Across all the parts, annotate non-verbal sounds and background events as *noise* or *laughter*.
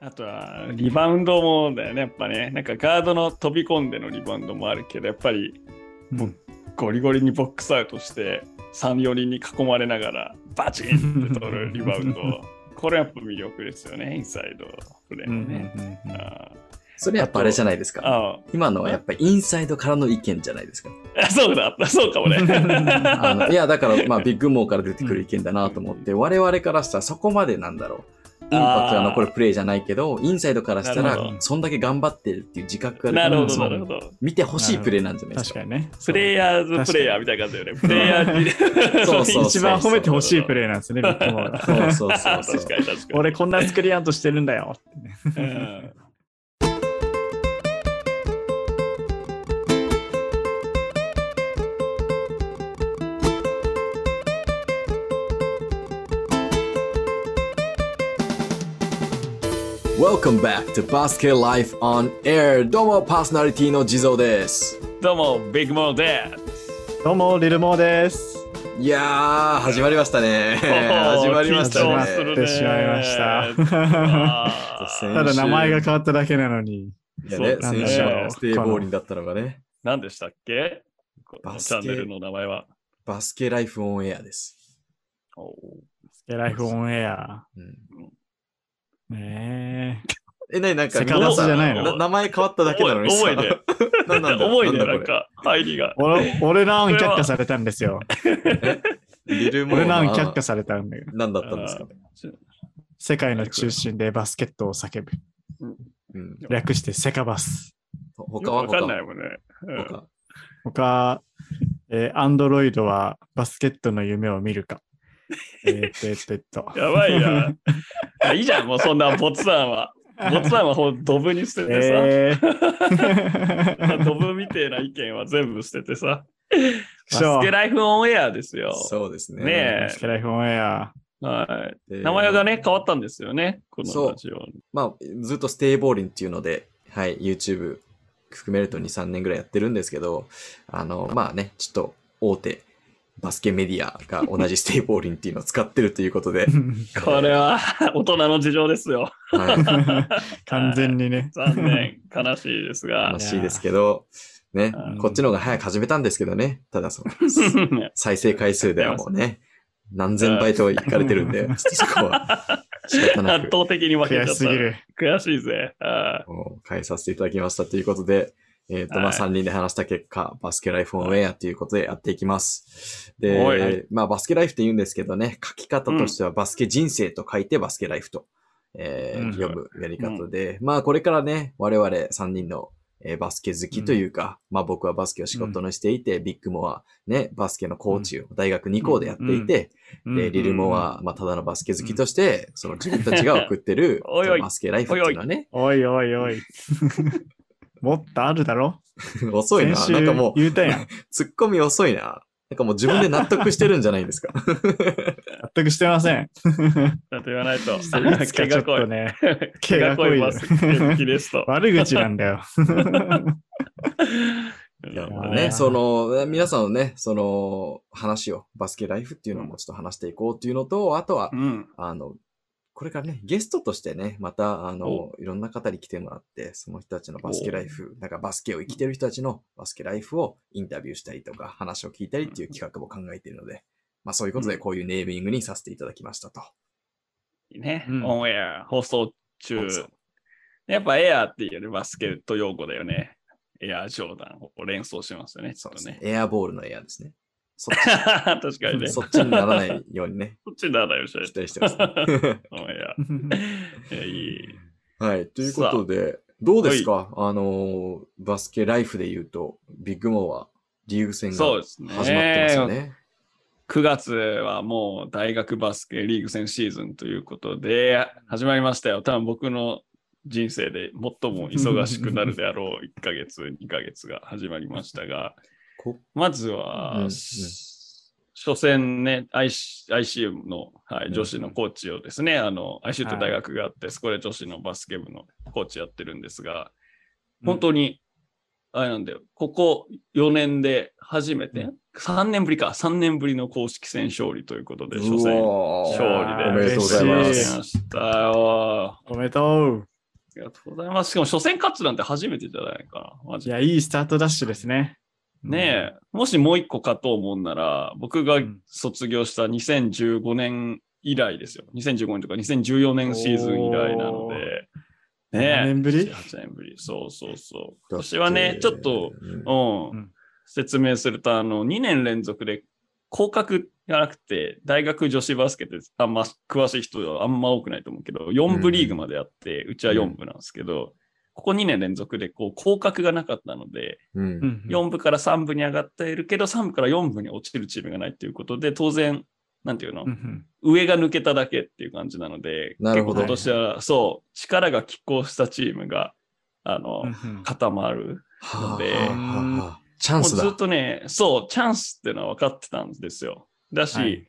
あとはリバウンドもだよね、やっぱね。なんかガードの飛び込んでのリバウンドもあるけど、やっぱりもうゴリゴリにボックスアウトして、3、4人に囲まれながら、バチンって取るリバウン *laughs* ド。これやっぱ魅力ですよね、インサイドプレーうのんうんね。うんうんあそれやっぱあれじゃないですーか。あ今のはやっぱインサイドからの意見じゃないですか。ー、そうだ、そうかもね。*laughs* あのいや、だから、まあ、ビッグモーから出てくる意見だなと思って、我々からしたらそこまでなんだろう。インパクトが残るプレーじゃないけど、インサイドからしたなるほら、どそんだけ頑張ってるっていう自覚がなるほうど、んなるほど。見てほしいプレーなんじゃないです確か。かにね。プレイヤーズプレイヤーみたいな感じだよね。プレイヤーに。 *laughs* そうそうそう一番褒めてほしいプレーなんですね、ビッグモーがそうそうそあうそう確かに確かに。俺こんなスクリーンアウトしてるんだよってね。うん Welcome back to Basket Life on Air どうもパーソナリティの地蔵ですどうも、ビッグモー *laughs* デー。どうも、リルモーです。いやー始まりましたね始まりました緊張ねするやってしまいました。あーただ名前が変わっただけなのに。いやねそう先だね週はステイボーリンだったのがね何でしたっけこのバスチケャンネルの名前は。バスケライフオンエアです、おエライフオンエア。うんねえなになんかセカンドスじゃないのな名前変わっただけなのに重い *laughs* ね。ななんだ重いね、なんなだんこれか、入りがえ。。俺、俺の案却下されたんですよ。リルモ俺ーのの案却下されたんだよ。何だったんですかね、世界の中心でバスケットを叫ぶ。うん、略してセカバス。他よくわは他かんないはもんね。うん他他、えー、アンドロイドはバスケットの夢を見るか。 *laughs* えーっと、えーっと、えーっと。やばいな。あいいじゃん、もうそんなボツさんは。ボツさんはほんドブに捨ててさ。え *laughs* ー、ドブみてえな意見は全部捨ててさ。バそうスケライフオンエアですよ。そうですねねバスケライフオン *laughs* エア。はい。で名前がね、変わったんですよね。こそうのラジオ。まあ、ずっとステイボーリンっていうので、はい、YouTube 含めると2、3年ぐらいやってるんですけど、あの、まあね、ちょっと大手バスケメディアが同じステイボーリンっていうのを使ってるということで、これは *laughs* 大人の事情ですよ。はい、完全にね。残念、悲しいですが *laughs* 悲。しいですけど、ねう、んこっちの方が早く始めたんですけどね、ただその、 *laughs* 再生回数ではもうね、何千倍といかれ *laughs* てるんで、そこは仕方な圧く。倒的に負けちゃ悔った。しすぎる。悔しいぜ。あを変えさせていただきましたということで、えっ、と、はまあ、い3人で話した結果、バスケライフオンウェアということでやっていきます。はでい、まあ、バスケライフって言うんですけどね、書き方としてはバスケ人生と書いてバスケライフと、えーうん読むやり方で、まあ、これからね、我々3人の、えーバスケ好きというか、まあ、僕はバスケを仕事にしていて、ビッグモはね、バスケのコーチを大学2校でやっていて、で、リルモは、まあ、ただのバスケ好きとして、その自分たちが送ってる、 *laughs* おいおいバスケライフっていうのはね、おいおいおい。 *laughs* もっとあるだろ *laughs* 遅いな。先週なんかもう、言うたやん。ツッコミ遅いな。なんかもう自分で納得してるんじゃないですか。全くしてません。だと言わないと。いつか毛 *laughs* ちょっが濃とい。ね、毛が濃い毛が濃いバスケ好きです *laughs* と。 *laughs* 悪口なんだよ。いや、まあね、ねその、皆さんのね、その、話を、バスケライフっていうのもちょっと話していこうっていうのと、あとはう、ん。あの、これからね、ゲストとしてね、また、あのお、いろんな方に来てもらって、その人たちのバスケライフ、なんかバスケを生きてる人たちのバスケライフをインタビューしたりとか、話を聞いたりっていう企画も考えているので、まあそういうことでこういうネーミングにさせていただきましたと。ね、うんオンエア、放送中放送。やっぱエアーっていうよりバスケット用語だよね。エアージョーダンを連想しますよね。ちそょうっとですねね。。エアボールのエアですね。そっ *laughs* 確かにね。ち、そそっちにならないよう *laughs* にね、っちにならないようにしない期待し *laughs* てます、ね。と。オンエア。いやいい。はい。ということで、どうですかあのー、バスケライフで言うと、ビッグモーはリーグ戦がそう始ですね。まってますよね。 9月はもう大学バスケリーグ戦シーズンということで、始まりましたよ。多分僕の人生で最も忙しくなるであろう1ヶ月、2ヶ月が始まりましたが、こまずうんうはん、初戦ね、IC ICU の、はういん女子のコーチをですね、あの、ICU って大学があって、そこで女子のバスケ部のコーチやってるんですが、 *laughs* 本当に、あれなんだよ、ここ4年で初めて、3年ぶりか、3年ぶりの公式戦勝利ということで、初戦うおー勝利でおめでとうございま勝嬉利しす。しましたよ。 *laughs* おめでとう。ありがとうございます。しかも、初戦勝つなんて初めてじゃないかな。マジいでや、いいスタートダッシュですね。ねえ、もしもう一個勝とうもんなら、僕がうん卒業した2015年以来ですよ。2015年とか2014年シーズン以来なので、ねえ。何年ぶり ?8 年ぶり。そうそうそう。だ今って年はね、ちょっと、、うんうん、うん説明すると、あの、2年連続で降格じゃなくて、大学女子バスケってあんま詳しい人はあんま多くないと思うけど、4部リーグまであって、うちは4部なんですけど、ここ2年連続でこう降格がなかったので、うんう。ん4部から3部に上がっているけど、3部から4部に落ちるチームがないということで、当然、なんていうの、うん上が抜けただけっていう感じなので、なるほど結構今年は、そう、力が拮抗したチームが、あの、うん固まる。はあではあはあはあチャンもうスずっだ。とね、そう、チャンスっていうのは分かってたんですよ。だし、はい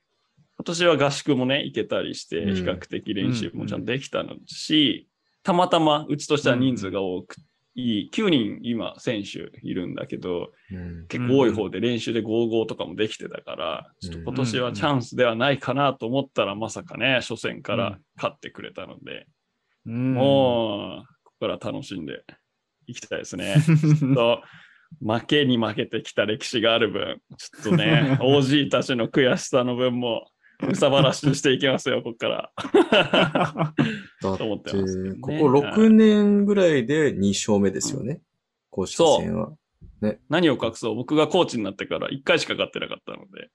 今年は合宿もね、行けたりして、うん比較的練習もちゃんとできたのし、たまたまうちとしては人数が多く、いい9人今選手いるんだけど、うん結構多い方で練習で55とかもできてたから、うんちょっと今年はチャンスではないかなと思ったら、まさかね、初戦から勝ってくれたので、うんもう、ここから楽しんでいきたいですね。ちょっと負けに負けてきた歴史がある分、ちょっとね、OG たちの悔しさの分も、うさばらしにしていきますよ、 *laughs* ここから。だっとて、思ってますけどねここ6年ぐらいで2勝目ですよね。公式戦は。何を隠そう、僕がコーチになってから1回しか勝ってなかったので。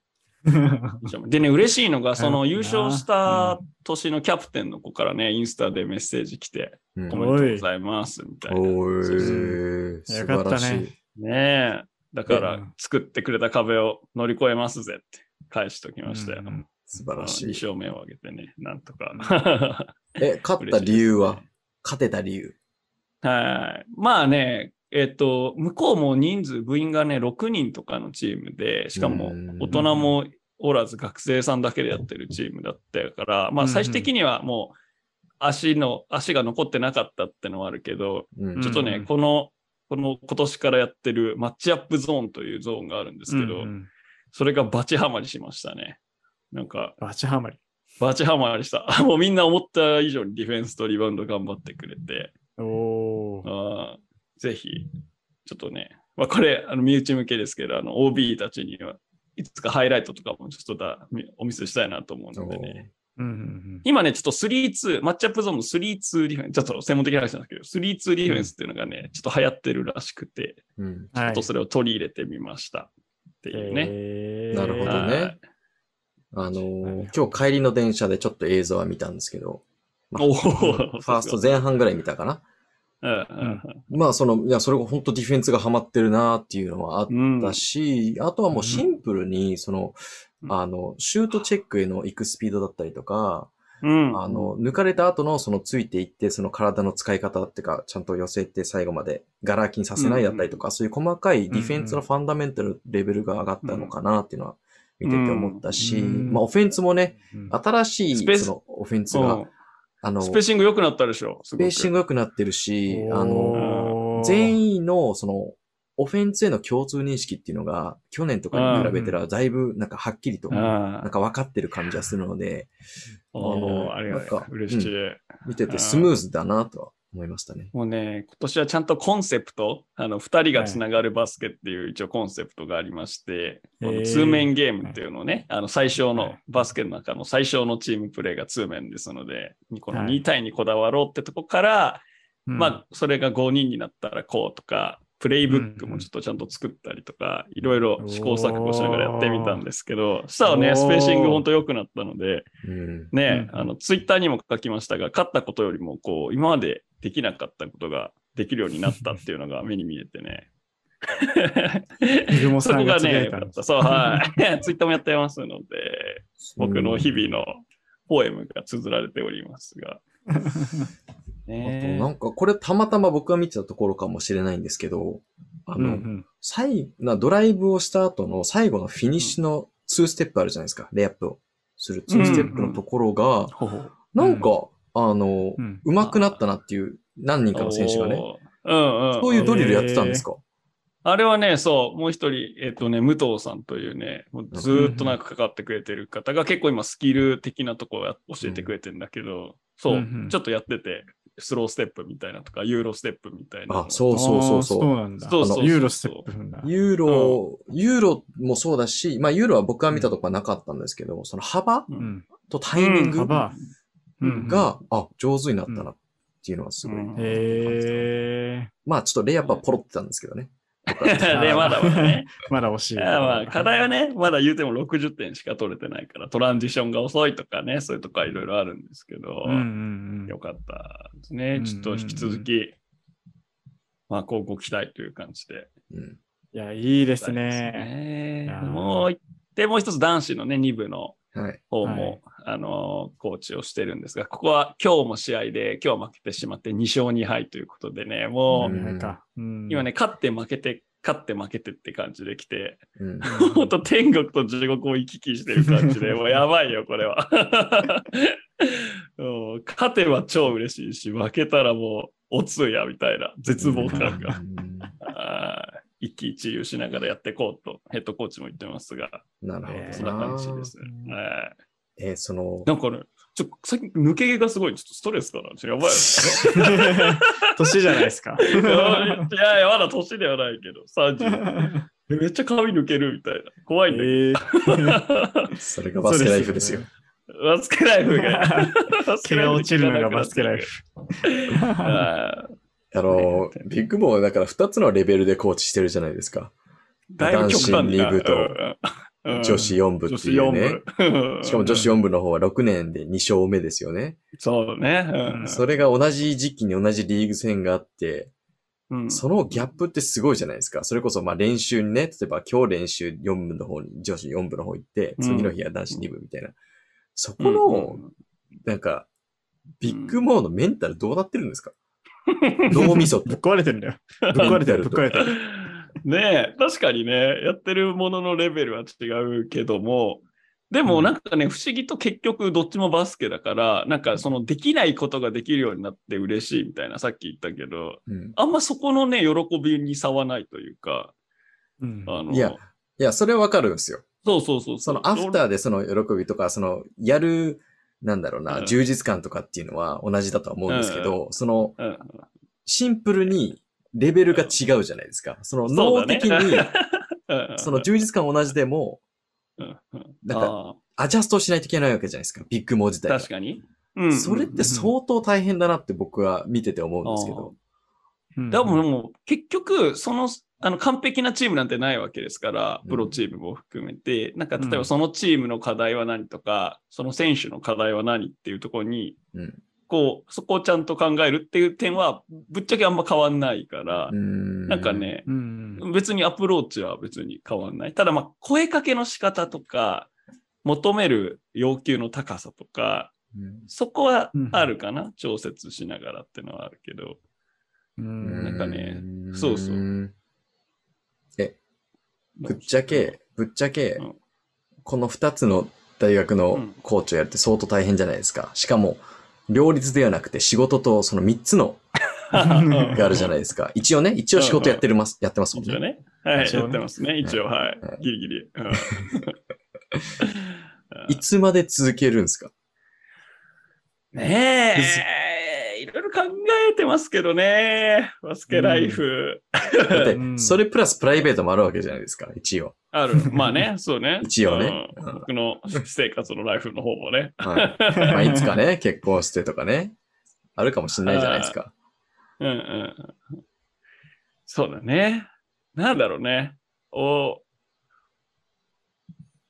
でね、嬉しいのが、その優勝した年のキャプテンの子からね、インスタでメッセージ来て、うんおめでとうございます、みたいな。おーそうそう素よ晴かったらねしい。ねえ。だかうらん、作ってくれた壁を乗り越えますぜって返しときましたよ。うん素晴らし2い。勝目を挙げてね、なんとか。え、勝った理由は勝てた理由。はい。まあね、えっ、と、向こうも人数、部員がね、6人とかのチームで、しかもうん大人もおらず学生さんだけでやってるチームだったから、まあうんうん最終的にはもう足の、足が残ってなかったってのはあるけど、うんちょっとね、うんうんこの、この今年からやってるマッチアップゾーンというゾーンがあるんですけど、うんそれがバチハマりしましたね。なんか、バチハマり。バチハマりした。 *laughs* もうみんな思った以上にディフェンスとリバウンド頑張ってくれて、おーあーぜひ、ちょっとね、まあ、これ、あの身内向けですけど、あの OB たちには、いつかハイライトとかもちょっとだみお見せしたいなと思うのでね。うんうん今ね、ちょっと3-2、マッチアップゾーンの3-2ディフェンス、ちょっと専門的な話なんですけど、3-2ディフェンスっていうのがね、ちょっと流行ってるらしくて、うんうん。ちょはっいとそれを取り入れてみましたっていうね。へーなるほどねはいはあのーい、今日帰りの電車でちょっと映像は見たんですけど、まあおフーァースト前半ぐらい見たかな。うんうんまあ、その、いや、それが本当ディフェンスがハマってるなっていうのはあっうんたし、あとはもうシンプルに、その、うんあの、シュートチェックへの行くスピードだったりとか、うんあの、抜かれた後のそのついていって、その体の使い方っていうか、ちゃんと寄せて最後までガラ空きにさせないだったりとか、そういう細かいディフェンスのファンダメンタルレベルが上がったのかなっていうのは見てて思ったし、うんまあ、オフェンスもね、うん新しスペーいスそのオフェンスうがん、あの、スペーシング良くなったでしょ、すスごペくーシング良くなってるし、あの、おー全員のその、オフェンスへの共通認識っていうのが、去年とかに比べたら、だいぶなんかはっきりと、うなんんか分かってる感じがするので、おあのーありがとなんうか。嬉しい。見ててスムーズだなとは思いましたね。もうね、今年はちゃんとコンセプト、あの、二人がつながるバスケっていう一応コンセプトがありまして、へこーの通面ゲームっていうのをね、あの、最小の、はいバスケの中の最小のチームプレーが通面ですので、このはい2対2こだわろうってとこから、うんまあ、それが5人になったらこうとか、プレイブックもちょっとちゃんと作ったりとか、いろいろ試行錯誤しながらやってみたんですけど、そしたらおね、ースペーシング本当良くなったので、うん。ね、うんあの、ツイッターにも書きましたが、勝ったことよりも、こう、今までできなかったことができるようになったっていうのが目に見えてね。ぐもそさこんががつぶやね、いよたかんでっすた。そう、はい。 *laughs* ツイッターもやってますので、僕の日々のポエムが綴られております *laughs* が。あとなんねか、これたまたま僕が見てたところかもしれないんですけど、あうんうの、ん最なドライブをした後の最後のフィニッシュの2ステップあるじゃないですか。レイアップをする2ステップのところが、ほうなんか、あのう、ん上手くなったなっていう何人かの選手がね、おーうんうん。そういうドリルやってたんですかあれはね、そう、もう一人、えっ、とね、武藤さんというね、もうずーっとなんかかかってくれてる方が結構今スキル的なとこをや教えてくれてるんだけど、そう、うんうんちょっとやってて、スローステップみたいなとか、ユーロステップみたいなの。あ、そうそうそうあーそうそう。なんだ。そうそうそうそうユーロステップ踏んだ。ユーロ、ユーロもそうだし、まあユーロは僕は見たとこはなかったんですけど、その幅う。うんん。とタイミンうんグが、幅。うん、あ、上手になったなっていうのはすごい。うんへえ。まあちょっとレイアップはポロってたんですけどね。 *laughs* で、まだまだね。まだ惜しい。いやまあ、課題はね、まだ言うても60点しか取れてないから、トランジションが遅いとかね、そういうとこはいろいろあるんですけど、うんうんうんよかったですねう。んちょっと引き続き、まあ、広告期待という感じで。うん。いや、いいですですね。ねいやーもう一で、もう一つ男子のね、2部のはい。方も、あのーコーチをしてるんですが、ここは今日も試合で、今日負けてしまって2勝2敗ということでね、もう、うんなんか、うん今ね、、勝って負けて、勝って負けてって感じで来て、うん。 *laughs* ほんと天国と地獄を行き来してる感じで、もうやばいよ、これは。 *laughs* うん勝てば超嬉しいし、負けたらもう、お通夜みたいな絶望感が、うんあー一喜一憂しながらやっていこうと、ヘッドコーチも言ってますが、なるほどえーそんな感じなですねうん。はいえーその、なんかね、ちょっと最近抜け毛がすごい、ちょっとストレスかな。ちょっとやばいよね。年じゃないですか。いやいや、まだ年ではないけど、30。えめっちゃ髪抜けるみたいな。怖いんだけど。えーそれがバスケライフですよ。バスケライフが。毛が落ちるのがバスケライフ。あー。あの、ビッグボーはだから2つのレベルでコーチしてるじゃないですか。だいぶ極端な男子二部とうんうん女子4部女って子い4うね。部。しかも女子4部の方は6年で2勝目ですよね。そうね。うんそれが同じ時期に同じリーグ戦があって、うんうんそのギャップってすごいじゃないですか。それこそまあ練習にね、例えば今日練習4部の方に、女子4部の方行って、うん次の日は男子2部みたいな。そこうの、んなんか、ビッグモーのメンタルどうなってるんですか脳みそっ。ぶって壊れてるんだよ。ぶっ壊れてる、ぶっ壊れてる。ねえ、確かにね、やってるもののレベルは違うけども、でもなんかね、不思議と結局どっちもバスケだから、なんかそのできないことができるようになって嬉しいみたいな、さっき言ったけど、うんあんまそこのね、喜びに差はないというか、うんあのいやいや、それはわかるんですよ。そうそうそうう。そのアフターでその喜びとか、そのやる、なんだろううな、ん充実感とかっていうのは同じだとは思うんですけど、そのうんシンプルにレベルが違うじゃないですか。その脳的に、その充実感同じでも、なんかか、アジャストしないといけないわけじゃないですか、ビッグモー自体が確かに。うんそれって相当大変だなって僕は見てて思うんですけど。でももう結局、その、あの、完璧なチームなんてないわけですからうん、プロチームも含めて、なんかうん例えばそのチームの課題は何とか、その選手の課題は何っていうところに、うんこう、そこをちゃんと考えるっていう点は、ぶっちゃけあんま変わんないからう、んなんか、ね、うん、別にアプローチは別に変わんない。ただまあ、声かけの仕方とか、求める要求の高さとか、うん。そこはあるかな、調節しながらってのはあるけど。うんなんかねそうそうえ、ぶっちゃ *laughs* け、ぶっちゃけ、うんこの2つの大学のコーチをやるって相当大変じゃないですか。しかも、両立ではなくて仕事とその3つの *laughs* があるじゃないですか。一応ね、一応仕事やってるます、やってますもん一応ね。ね。はい、一や応ねってますね。一応、はいは。いギリギリ。うんいつまで続けるんですかね *laughs* え、いろいろ考えてますけどね。バスケライフ。だってう、んそれプラスプライベートもあるわけじゃないですか、一応。ある。まあね、そう *laughs* ね。一応ねうん僕の私生活のライフの方もね。はい。まあ、いつかね、結婚してとかね、あるかもしれないじゃないですか。うんうん。そうだね。なんだろうね。お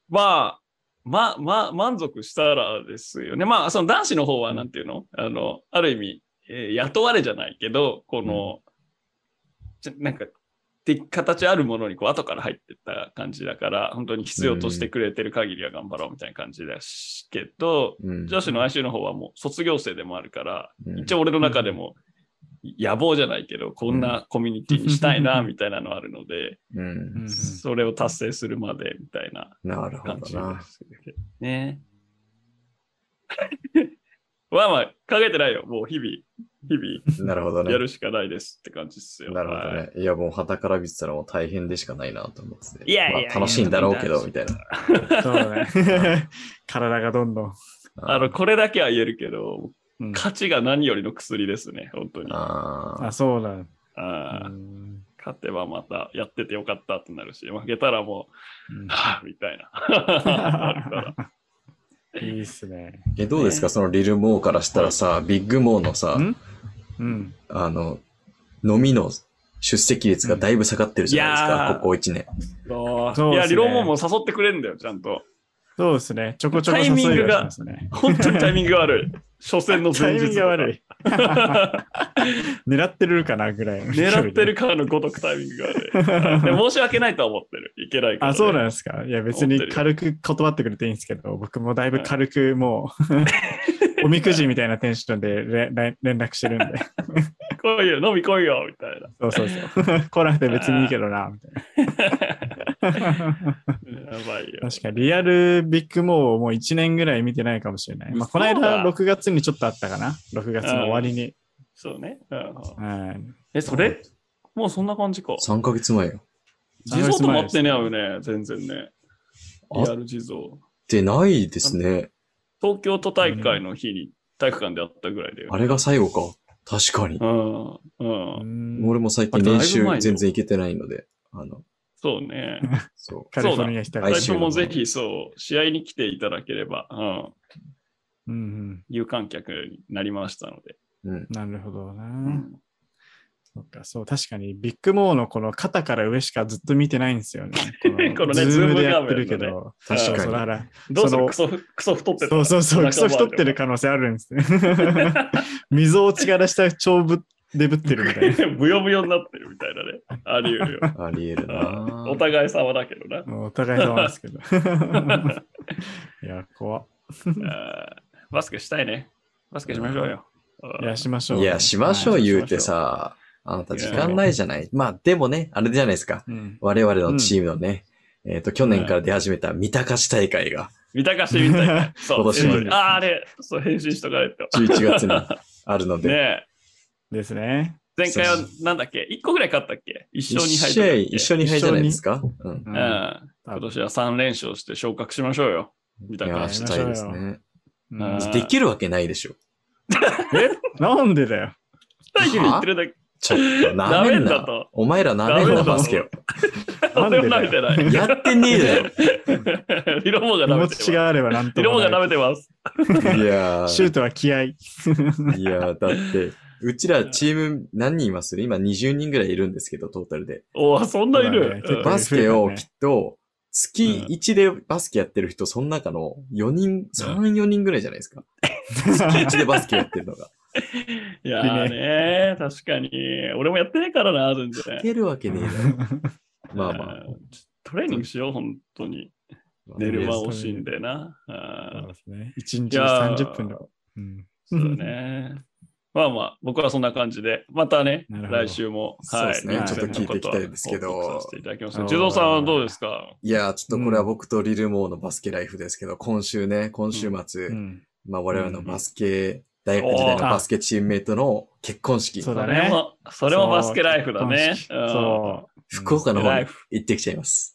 まあ、まあ、まあ、満足したらですよね。まあ、その男子の方は、なんていうの、あの、ある意味、えー雇われじゃないけど、この、ちょなんか、で形あるものにこう後から入ってった感じだから、本当に必要としてくれてる限りは頑張ろうみたいな感じだしけど、うん。女子の哀愁の方はもう卒業生でもあるから、うん一応俺の中でも野望じゃないけど、こんなコミュニティにしたい *laughs* な、みたいなのあるので、うん。それを達成するまで、みたいななるほ感じどでな。すね。 *laughs* まあまあ、考えてないよ。もう日々、日なるほど々ね。やるしかないですって感じですよ。なるほどはいね。いや、もう、旗から見てたらもう大変でしかないなと思ってて。いやいやいやまあ楽しいんだろうけど、みたいな。そうだね。体がどんどん。 *laughs* あの、これだけは言えるけど、うん価値が何よりの薬ですね、本当に。あああ、そうだ。あうん勝てばまたやっててよかったってなるし、負けたらもうう、んはぁ、みたい *laughs* な。なるからいいっすね。え、どうですかそのリルモーからしたらさ、ビッグモーのさ、んうん。あの、飲みの出席率がだいぶ下がってるじゃないですいか、やーここ1年。そうそういですねや、理論ももう誘ってくれんだよ、ちゃんと。そうですね。ちょこちょこタイミングが誘いしますね本当にタイミングが *laughs* 悪い。初戦のタ前イ日ミングが悪い。い。 *laughs* 狙ってるかなぐらい *laughs* の距離狙でってるかのごとくタイミングが悪い。で *laughs* 申し訳ないとは思ってる。いけないから、あ、そうなんんですか。いや、別に軽く断ってくれていいんですけど、僕もだいぶ軽くも *laughs* う、おみくじみたいなテンションでれれ連絡してるん *laughs* で。来いよ、飲み来いよ、みたいな。そうそうそう。来なくて別にいいけどな、みたいな。やばいよ。確かに、リアルビッグモーをもう1年ぐらい見てないかもしれない。まあ、このそう間だ6月にちょっとあったかな。6月の終わりに。そうね。うんはい。え、それもうそんな感じか。 3ヶ月前よ。地蔵と待ってねえよね、全然ね。あリアル地蔵。でないですね。東京都大会の日に体育館であったぐらいだよ。あれが最後か。確かにう。ん、うん、うん俺も最近練習全然行けてないので、あの、そう *laughs* ね。そカリフォルニア来たか二ら来人週ともぜひ、そう、試合に来ていただければ、うん、うんうん。有観客になりましたので。う。うん。なるほどな。うんそっか、そう、確かにビッグモーのこの肩から上しかずっと見てないんですよ *laughs* ね。このねズームズームで画面のやねってるけど、確かにそうだからどうすそのるクソふ、クソ太ってるそうそうそう、ク中回ソりとか太ってる可能性あるん *laughs* ですね。溝落ちからした超ぶでぶってるみたい *laughs* ブヨブヨになってるみたいなね。あり得るよ。 *laughs* あり得るなうんお互い様だけどな。な。お互い様です *laughs* けど。いや、怖っあーバスケしたいね。バスケしましょうよ。いや、しましょう。いや、しましょう言うてはさ、あなた時間ないじゃない。まあでもね、あれじゃないですか。い。うん我々のチームのね、えっ、と、去年から出始めた三鷹市大会が三鷹市みたい *laughs* な。そう、今も年エントリーあー、あれ、そう、返信しとかないと。 11月にあるので、ねえ。ですね。前回はなんだっけ ?1 個ぐらい勝ったっけ一一勝2敗試合、一緒。緒に敗じゃないですか。うん。ううんん。今年は3連勝して昇格しましょうよ。三いや、鷹市。したいですね。うんあーできるわけないでしょ。なんでだよ。大輝に言ってるだけ。ちょっと、なめんダメなだと。お前らなめんな、ダメだとバスケを。なん俺も舐でだめてよ。ない。やってねえだよ。 *laughs* リロモが気舐めてま持す。ちがあればなんとリロモもが舐なめてます。いやい。シューー、トは気合い。いやーだって、うちらチーム何人います今20人ぐらいいるんですけど、トータルで。おお、そんないる。そうだねうんバスケを増えたきねっと、月1でバスケやってる人、その中の4人、3、4人ぐらいじゃないですか。月1でバスケやってるのが。いやーね、確かに。俺もやってないからな、全やっ然。てるわ *laughs* けねえだろ。まあまあ。うんトレーニングしよう、本当に。寝る間を惜しんでな。そうあですね。1日いやー30分の。うんそうだね。 *laughs* まあまあ、僕はそんな感じで、またね、なるほど来週も、そうですねはいちょっと皆さんの聞いていきたいですけどことを報告させていただきました。ジュドーさんはどうですかいやー、ちょっとこれは僕とリルモーのバスケライフですけど、今週ね、今週末、うんまあ我々のバスケ、大学時代のバスケチームメイトの結婚式、そうそだねれも、それもバスケライフだね。うんそう。福岡のバスケラ方にイフ行ってきちゃいます。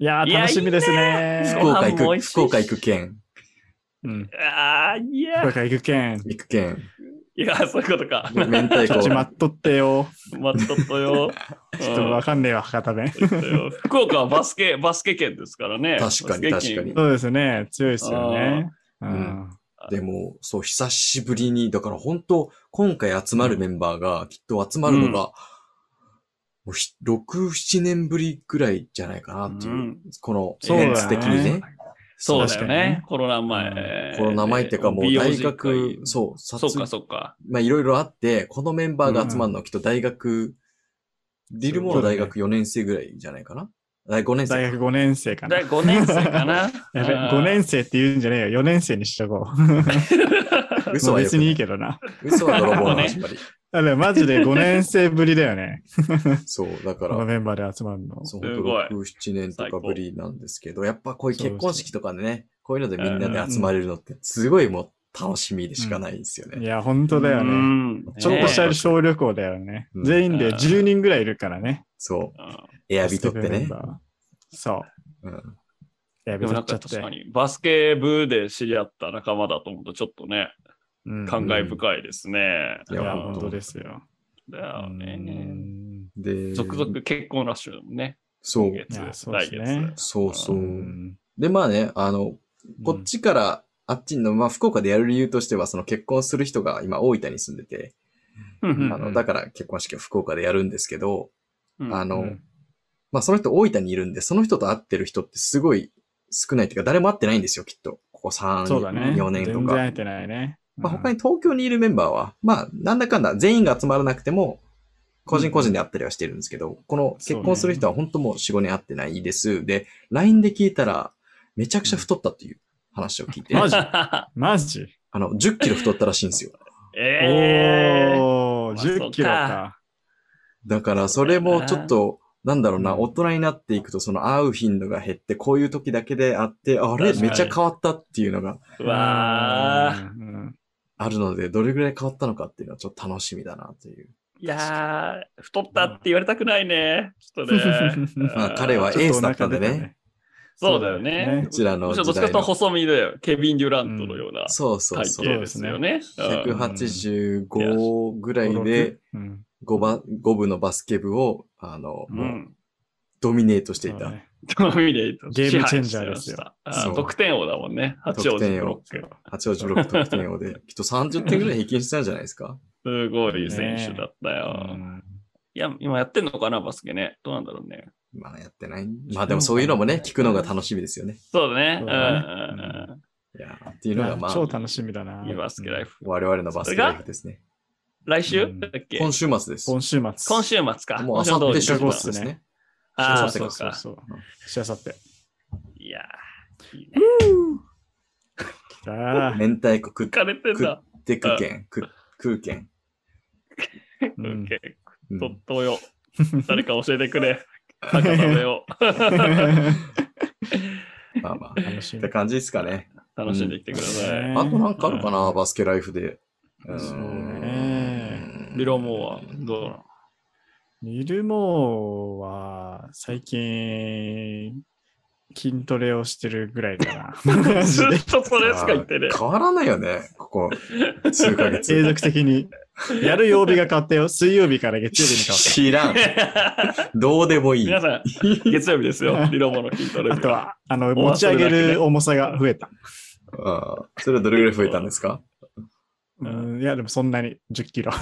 いやいー、や楽しみですいいねね。福岡行ご飯もく、美味しいし福岡行く県、うんああ、いや福、岡行くけん。行 *laughs* く県、いや、そういうことか。明太ちょっち子、待っとってよ。 *laughs* 待っとっとよ。ちょっとわかんねえわ、博多弁。 *laughs* うん福岡はバスケ、バスケ圏ですからね。確かにバスケ圏確かにそうですね。強いですよね。うんん。でも、そう、久しぶりに、だから本当、今回集まるメンバーが、きっと集まるのが、もうひ6、7年ぶりぐらいじゃないかなっていう、うんこの、そうだねメンツ的にね。そうだよ確かにねね。コロナ前。コロナ前っていうか、もう大学、そう。そう、さつそうか、そうか。まあいろいろあって、このメンバーが集まるのはきっと大学、リルモの大学4年生ぐらいじゃないかな大学5年大生。学5年生かな。第や5年生か *laughs* なべ5年生って言うんじゃねえよ。4年生にしとこう。嘘はよ別くにないいい。けどな。嘘は泥棒の始 *laughs* まり。だからマジで5年生ぶりだよね。そう、だかこのら、メンバーで集まるの。そう、す本ごい当6、7年とかぶりなんですけど、やっぱこういうそう結婚式とかでね、こういうのでみんなで集まれるのって、すごいもう楽しみでしかないんですよいね。や、本当だよね。ねちちょっとしたね小旅行だよね。うん全員で10人ぐらいいるからね。そう、うんエアビ取ってね。そう。うんエでアビも取なんっちゃかって確か。に、バスケ部で知り合った仲間だと思うと、ちょっとね、うん感慨深いですね。うんいいやや、本本当当ですよ。だようね。んで、続々結婚ラッシュだもんね。そう今。月、いやそう来ですね月。そうそうう。で、まあね、あの、こっ、ちからあっちの、まあ、福岡でやる理由としては、その結婚する人が今大分に住んでて、うんうんあうの、んだから結婚式を福岡でやるんですけど、うんあうの、んまあ、その人大分にいるんで、その人と会ってる人ってすごい少ないっていうか、誰も会ってないんですよ、きっと。ここ3、そうだね。 4年と全然か。会えてないね。まあ、他に、に東京にいるメンバーは、まあ、なんだかんだ全員が集まらなくても、個人個人で会ったりはしてるんですけど、この結婚する人は本当もう4、5年会ってないです。で、LINE で聞いたら、めちゃくちゃ太ったという話を聞いて、マジマジあの、10キロ太ったらしいんですよ。ええ。おー、まあそうか10キロか。だから、それもちょっと、なんだろうな、大人になっていくと、その会う頻度が減って、こういう時だけで会って、あれ、確かめにっちゃ変わったっていうのがうわあ。うんうん。あるので、どれぐらい変わったのかっていうのはちょっと楽しみだなという。いやー、太ったって言われたくないね。ちょっとねまあ彼はちょとお腹出エースだったんでね。そうだよそうだよねね。こちらのむしろど時っちかとい代うとの。細身だよ。ケビン・デュラントのようなそうそう体そう。型ですよね。うん185ぐらいでうん5番、五部のバスケ部を、あの、う。もうんドミネートしてそいうだた。ねドミネート。ゲームチェンジャーです支配してよました。そあう得点王だもんね。八王子ブロック。八王子ブロック得点王 *laughs* で、きっと30点ぐらい平均してたんじゃないですか *laughs* すごい選手だったよ。うんいや、今やってんのかな、バスケね。どうなんだろうね。まあやってない。まあでもそういうのもね、聞くのが楽しみですよね。そうだね。そううんだねうんうんいやーっていうのがいやまあ、超楽しみだな。いいバスケライフ。我々のバスケライフですね。来週うんだっけ今週末です。今週末。今週末か。もう明今週の土後日曜週日ゴー末ストですね。ああ、しそうあさってかか。。そうそう。しあさって。いやー、いいねきたー明太子食っ浮かれてんだ。てくけん、食食うけん。ううんん、結うん構、とよ。誰か教えてくれ。高田上を。 *laughs* まあまあ、っ楽しみて。感じですかね。楽しんでいってください。あとなんかあるかな、バスケライフで。んそうねビロモはどうなのニルモーは最近筋トレをしてるぐらいかな。マジずでっとそれしか言ってね *laughs* あ。ー変わらないよね、ここ数ヶ *laughs* 月。継続的に。やる曜日が変わったよ。水曜日から月曜日に変わっ知らん。どうでもいい皆。さん、月曜日ですよ。リロモの筋トレ日。た。*laughs* あとは、あの、終わ持ったちだ上けねげる重さが増えた。あーそれはどれぐらい増えたんですかうん、いや、でもそんなに10キロ。あ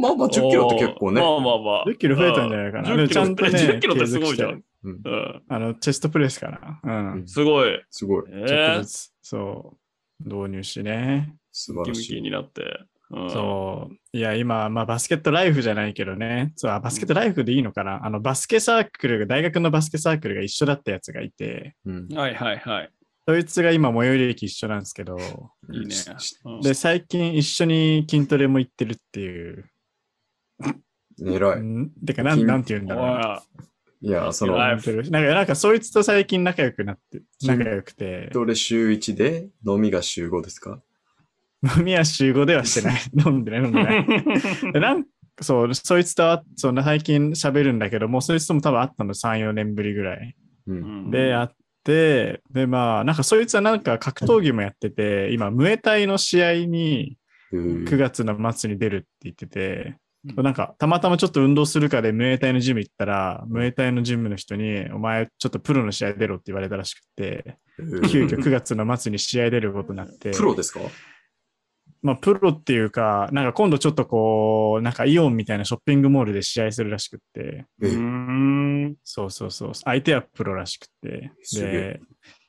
まあまあ10キロって結構ねま。あまあまあ。 10キロ増えたんじゃないかな。10でもキちゃロんとね、 10キロってすごいじゃ継続んし。うんうんて。あの、チェストプレスかな。うん。すごい。すごい。えちょっとえず。つ、そう、導入してね。素晴キらムしキい。になって。うんそう。いや、今、まあ、バスケットライフじゃないけどね。そう、あバスケットライフでいいのかな。あの、バスケサークルが、大学のバスケサークルが一緒だったやつがいて、うんはいはいはい。そいつが今、最寄り駅一緒なんですけど、いいね。うんで、最近一緒に筋トレも行ってるっていう。偉い。んてか、な筋ん、なんて言 *laughs* うんだろうおいな。いや、その、偉いなんて言うなんか、なんか、そいつと最近仲良くなって、筋仲良くて、どれ週1で、飲みが週5ですか飲みは集合ではしてない。 *laughs* 飲んでない、飲ん *laughs* でない。でなんそう、そいつとは、その最近喋るんだけど、もうそいつとも多分会ったの3、4年ぶりぐらい。う。うんんで、会って、で、まあ、なんかそいつはなんか格闘技もやってて、今、ムエタイの試合に9 9月の末に出るって言ってて、うんなんかたまたまちょっと運動するかでムエタイのジム行ったら、ムエタイのジムの人に、お前ちょっとプロの試合出ろって言われたらしくて、急遽9月の末に試合出ることになって。プロですかまあ、プロっていうか、なんか今度ちょっとこう、なんかイオンみたいなショッピングモールで試合するらしくって、うーん。そうそうそう、相手はプロらしくって、すげえで、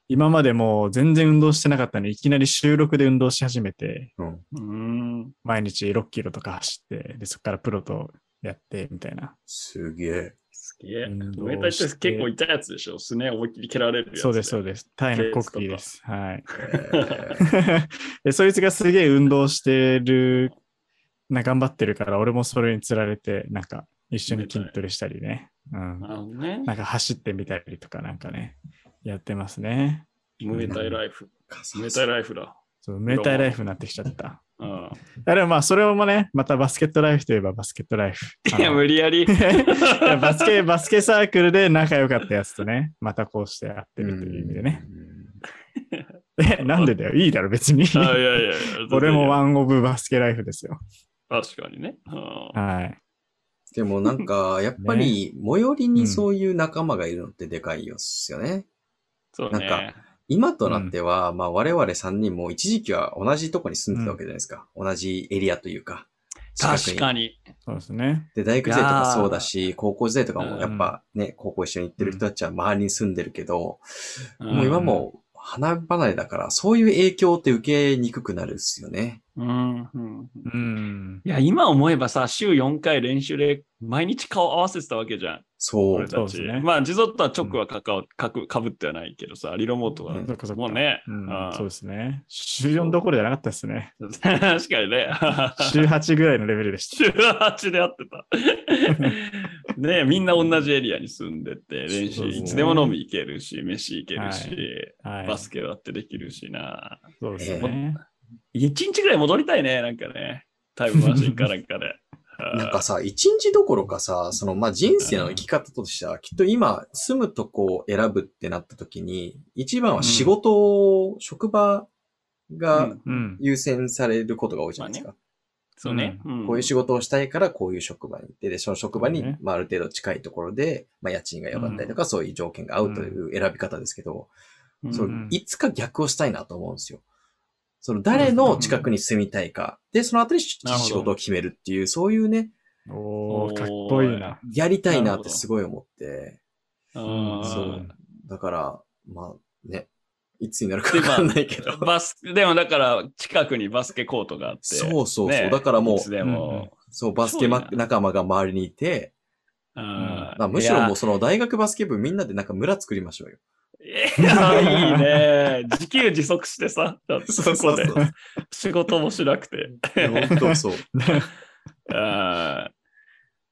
今までもう全然運動してなかったのに、いきなり収録で運動し始めて、うんうーん。毎日6キロとか走って、で、そこからプロとやって、みたいな。すげえ。すげえ。運動してムエタイって結構痛いやつでしょ。すね思いっきり蹴られるやつ。そうです、そうでです。タイのコッキーです。はい。 *laughs* えで、そい *laughs* つがすげえ運動してる、な、頑張ってるから、俺もそれにつられて、なんか、一緒に筋トレしたりね。うんな。るほどね。なんか走ってみたりとかなんかね、やってますね。ムエタイライフ。ームエタイライフだ。そう、メタライフになってきちゃった。うん。あれまあ、それもね、またバスケットライフといえばバスケットライフ。いや、あの無理やり。い *laughs* やバスケ、バスケサークルで仲良かったやつとね、またこうして会ってるという意味でね。うん。え、なんでだよ。いいだろ、別に。あいやいやいや。俺もワン。ンオブバスケライフですよ。確かにね。うんはい。でもなんか、やっ *laughs* ぱり、最寄りにそういう仲間がいるのってでかいよっすよね。そうなんかね。今となっては、まあ我々3人も一時期は同じとこに住んでたわけじゃないですか。同じエリアというか。確かに。に。そうですね。で、大学時代とかそうだし、高校時代とかもやっぱね、高校一緒に行ってる人たちは周りに住んでるけど、うんもう今も離れ離れだから、そういう影響って受けにくくなるっすよね。うんうんうん。いや、今思えばさ、週4回練習で毎日顔合わせてたわけじゃん。そう俺。たそち。うですねまあ、地蔵とは直はかか,、かくかぶってはないけどさ、リロモートは。うんそっかそっか。もうね。うんあーそうですね。週4どころじゃなかったですね。確かにね。 *laughs* 週8ぐらいのレベルでし週8で会ってた。 *laughs* ねえみんな同じエリアに住んでて、練そ習うそういつでも飲み行けるし、飯行けるし、た。はい。バスケだってできるしな。そうですね。 1日ぐらい戻りたいね、なんかね。タイムマシンかなん *laughs* かで。なんかさ、一日どころかさ、その、まあ、人生の生き方としては、きっと今、住むとこを選ぶってなった時に、一番は仕事を、職場うがんうん。優先されることが多いじゃないですか。そうね。んこういう仕事をしたいから、こういう職場に行って、で、その職場に、そうねまあ、ある程度近いところで、まあ、家賃が良かったりとか、そういう条件が合うという選び方ですけど、うんそうのん、いつか逆をしたいなと思うんですよ。その、誰の近くに住みたいか、で、その後に仕なるほど仕事を決めるっていう、そういうね、おー、かっこいいな。やりたいなってすごい思って、あーそう。だから、まあね、いつになるかわかんないけど。バスでもだから近くにバスケコートがあって。そうそうそうねだからもういつでも。そう、バスケまそうや仲間が周りにいて、あーまあむしろもういその大学バスケ部みんなでなんか村作りましょうよ。やいやいいね。自給自足してさ。だって *laughs* *laughs* そうそうそうここで仕事もしなくて。いや本当そう。あー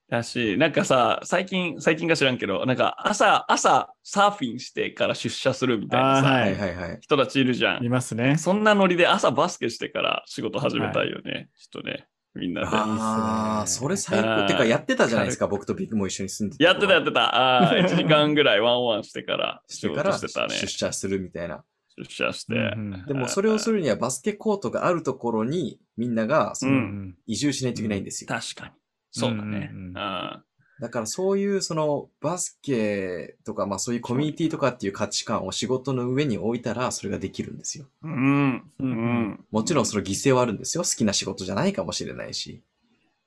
だし、なんかさ、最近、最近か知らんけど、なんか朝、朝、サーフィンしてから出社するみたいなさ、あー *laughs* ははいいはいはい。人たちいるじゃんい。ますね。そんなノリで朝バスケしてから仕事始めたいよね。ちょっとね、みんなで。ああ、いいっすねそれ最高。あーてかやってたじゃないですか、僕とビッグも一緒に住んでやってたやっててた。ああ、1時間ぐらいワンワンしてからして仕か事らしてたね。出社するみたいな。出社して。うんでもそれをするにはバスケコートがあるところにみんながそううのんん。移住しないといけないんですよ。確かに。そうだね。ううんうんうんんだからそういうそのバスケとかまあそういうコミュニティとかっていう価値観を仕事の上に置いたらそれができるんですよ。うん。ううんん。もちろんその犠牲はあるんですよ。好きな仕事じゃないかもしれないし、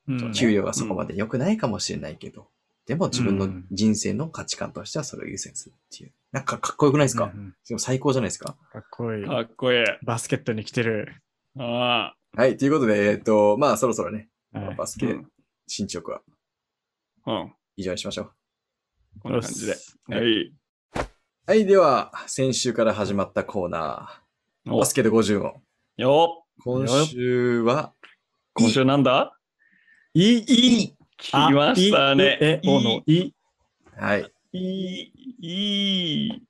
うん給料がそこまで良くないかもしれないけど、でも自分うのん人生の価値観としてはそれを優先するっていう。なんかかっこよくないですうか、んうんでも最高じゃないですかかっこいい。かっこいい。バスケットに来てる。あはい、ということで、えっ、と、まあそろそろね、はいバスあ。うケん。進捗はうん以上にしましょう。こんな感じよでし。はい。はい、では、先週から始まったコーナー、おバスケで50問。よ今週は、今週なんだいいい来ましたね。え、おの、い、はい、いい、いい。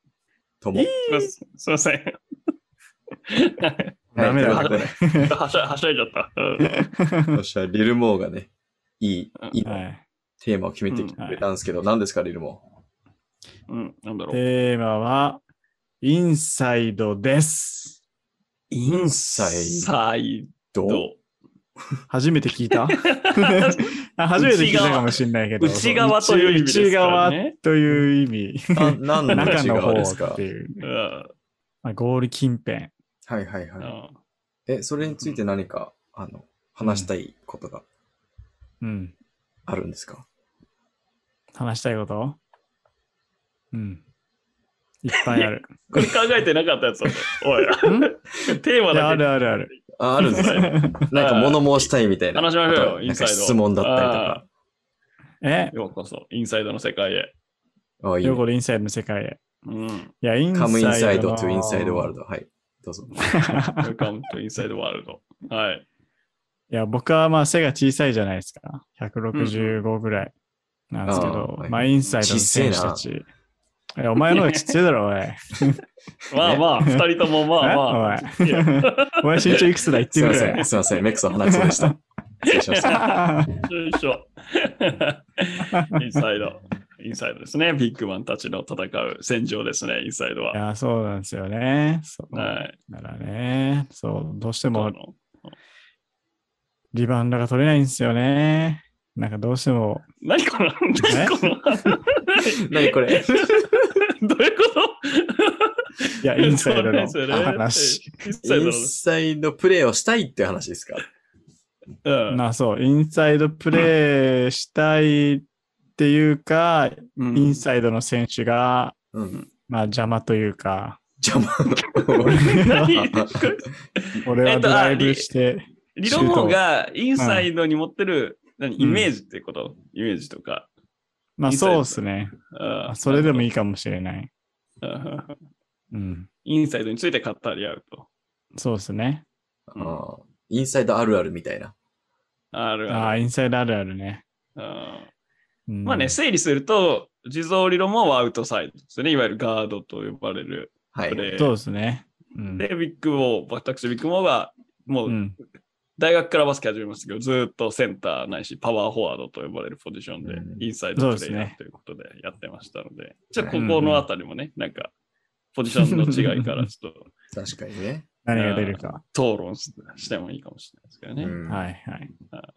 とも。すすいません。はいダメだということで *laughs* はしゃはしゃいじゃった。うんそしたらリルモーがね、いい、いいはい。テーマを決めてきてくれたんですけど、何ですか、リルモうん、なんだろう。テーマは、インサイドです。インサイサイー。どうド。初めて聞い *laughs* たあ初めて聞いたかもしれないけど。内側という意味です内から側ね。という意味。あ何の中内の側です方かっていう。うんまあゴール近辺。はいはいはい。うんえ、それについて何か、あの、話したいことがうん。あるんですか、話したいことうん。いっ *laughs* ぱいある。これ考えてなかったやつだぞ。おい、んテーマいやだあけるあるある。あ、あるんですか *laughs* なんか物申したいみたいな。話しましょうよあとイなんンサかイド質問だったりとか。 *laughs* え、ようこそ、インサイドの世界へ。ああ、いいねよく。俺インサイドの世界へ。 *laughs* うん。いや、インサイドの。カムインサイドとインサイドワールド。はい。どうぞ。 *laughs* Welcome to Inside World. はい。いや、僕はまあ背が小さいじゃないですか。165ぐらいなんですけど、あーはいまあインサイドの選手たち。いや、お前の方がちっちゃいだろ、お *laughs* い。まあまあ、二人ともまあまあ。 *laughs* えおいお前身長いくつだ言っすていみまろせよん。。すいません。メクソン鼻くそで *laughs* *laughs* した。失礼しました。 *laughs* 一緒一緒。インサイド。インサイドですね。ビッグマンたちの戦う戦場ですね、インサイドいは。や、そうなんですよね。そうはい。だからね。そう、どうしてあものリバウンドが取れないんですよね。なんかどうしても、何このえ何この *laughs* 何これ *laughs* どういうこいや、とインサイドのそうなんです話。よねインサイドインサイドプレーをしたいっていう話ですかのうんまあそう、インサイドプレーしたいっていうか、うんインサイドの選手が、うん。まあ邪魔というか、邪魔。何俺えはっとドあライブして、理論王がインサイドに持ってる、何イメージってこと、イメージとか。まあインサイそドうですね。あそれでもいい。いかもしれない。うんうん。インサイドについて語り合うと。そうですね。 *laughs* あーインサイドあるあるみたいな。あるあああ、るインサイドあるあるね。うんうんまあね、整理すると、地蔵理論もアウトサイドですね。いわゆるガードと呼ばれるはいプ。レそうー。ですね。うん。で、ビッグボー、私ビッグボーが、もううん大学からバスケ始めましたけど、ずーっとセンターないし、パワーフォワードと呼ばれるポジションでう、んインサイドプそうレですイヤーねということでやってましたので、じゃあはこいこのあたりもね、なんか、ポジションの違いからちょっ確かにね。何が出るか。と討論してもいいかもしれないですけどね。うんはいはいは。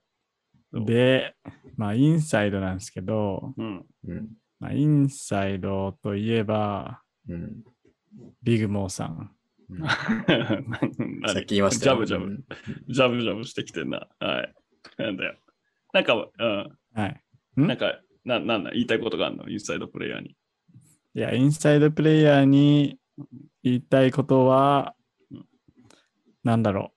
いで、まあインサイドなんですけど、うん。 *laughs* うん。まあ、インサイドといえば、うん。ビッグモーさん。うん何さっき言いましたジャよブジャブう、んジャブジャブしてきてんな。はい。なんだよ。なんか、うん。はい。なんか、な、なんだ、言いたいことがあるのインサイドプレイヤーに。 *laughs* いや、インサイドプレイヤーに言いたいことはうん、なんだろ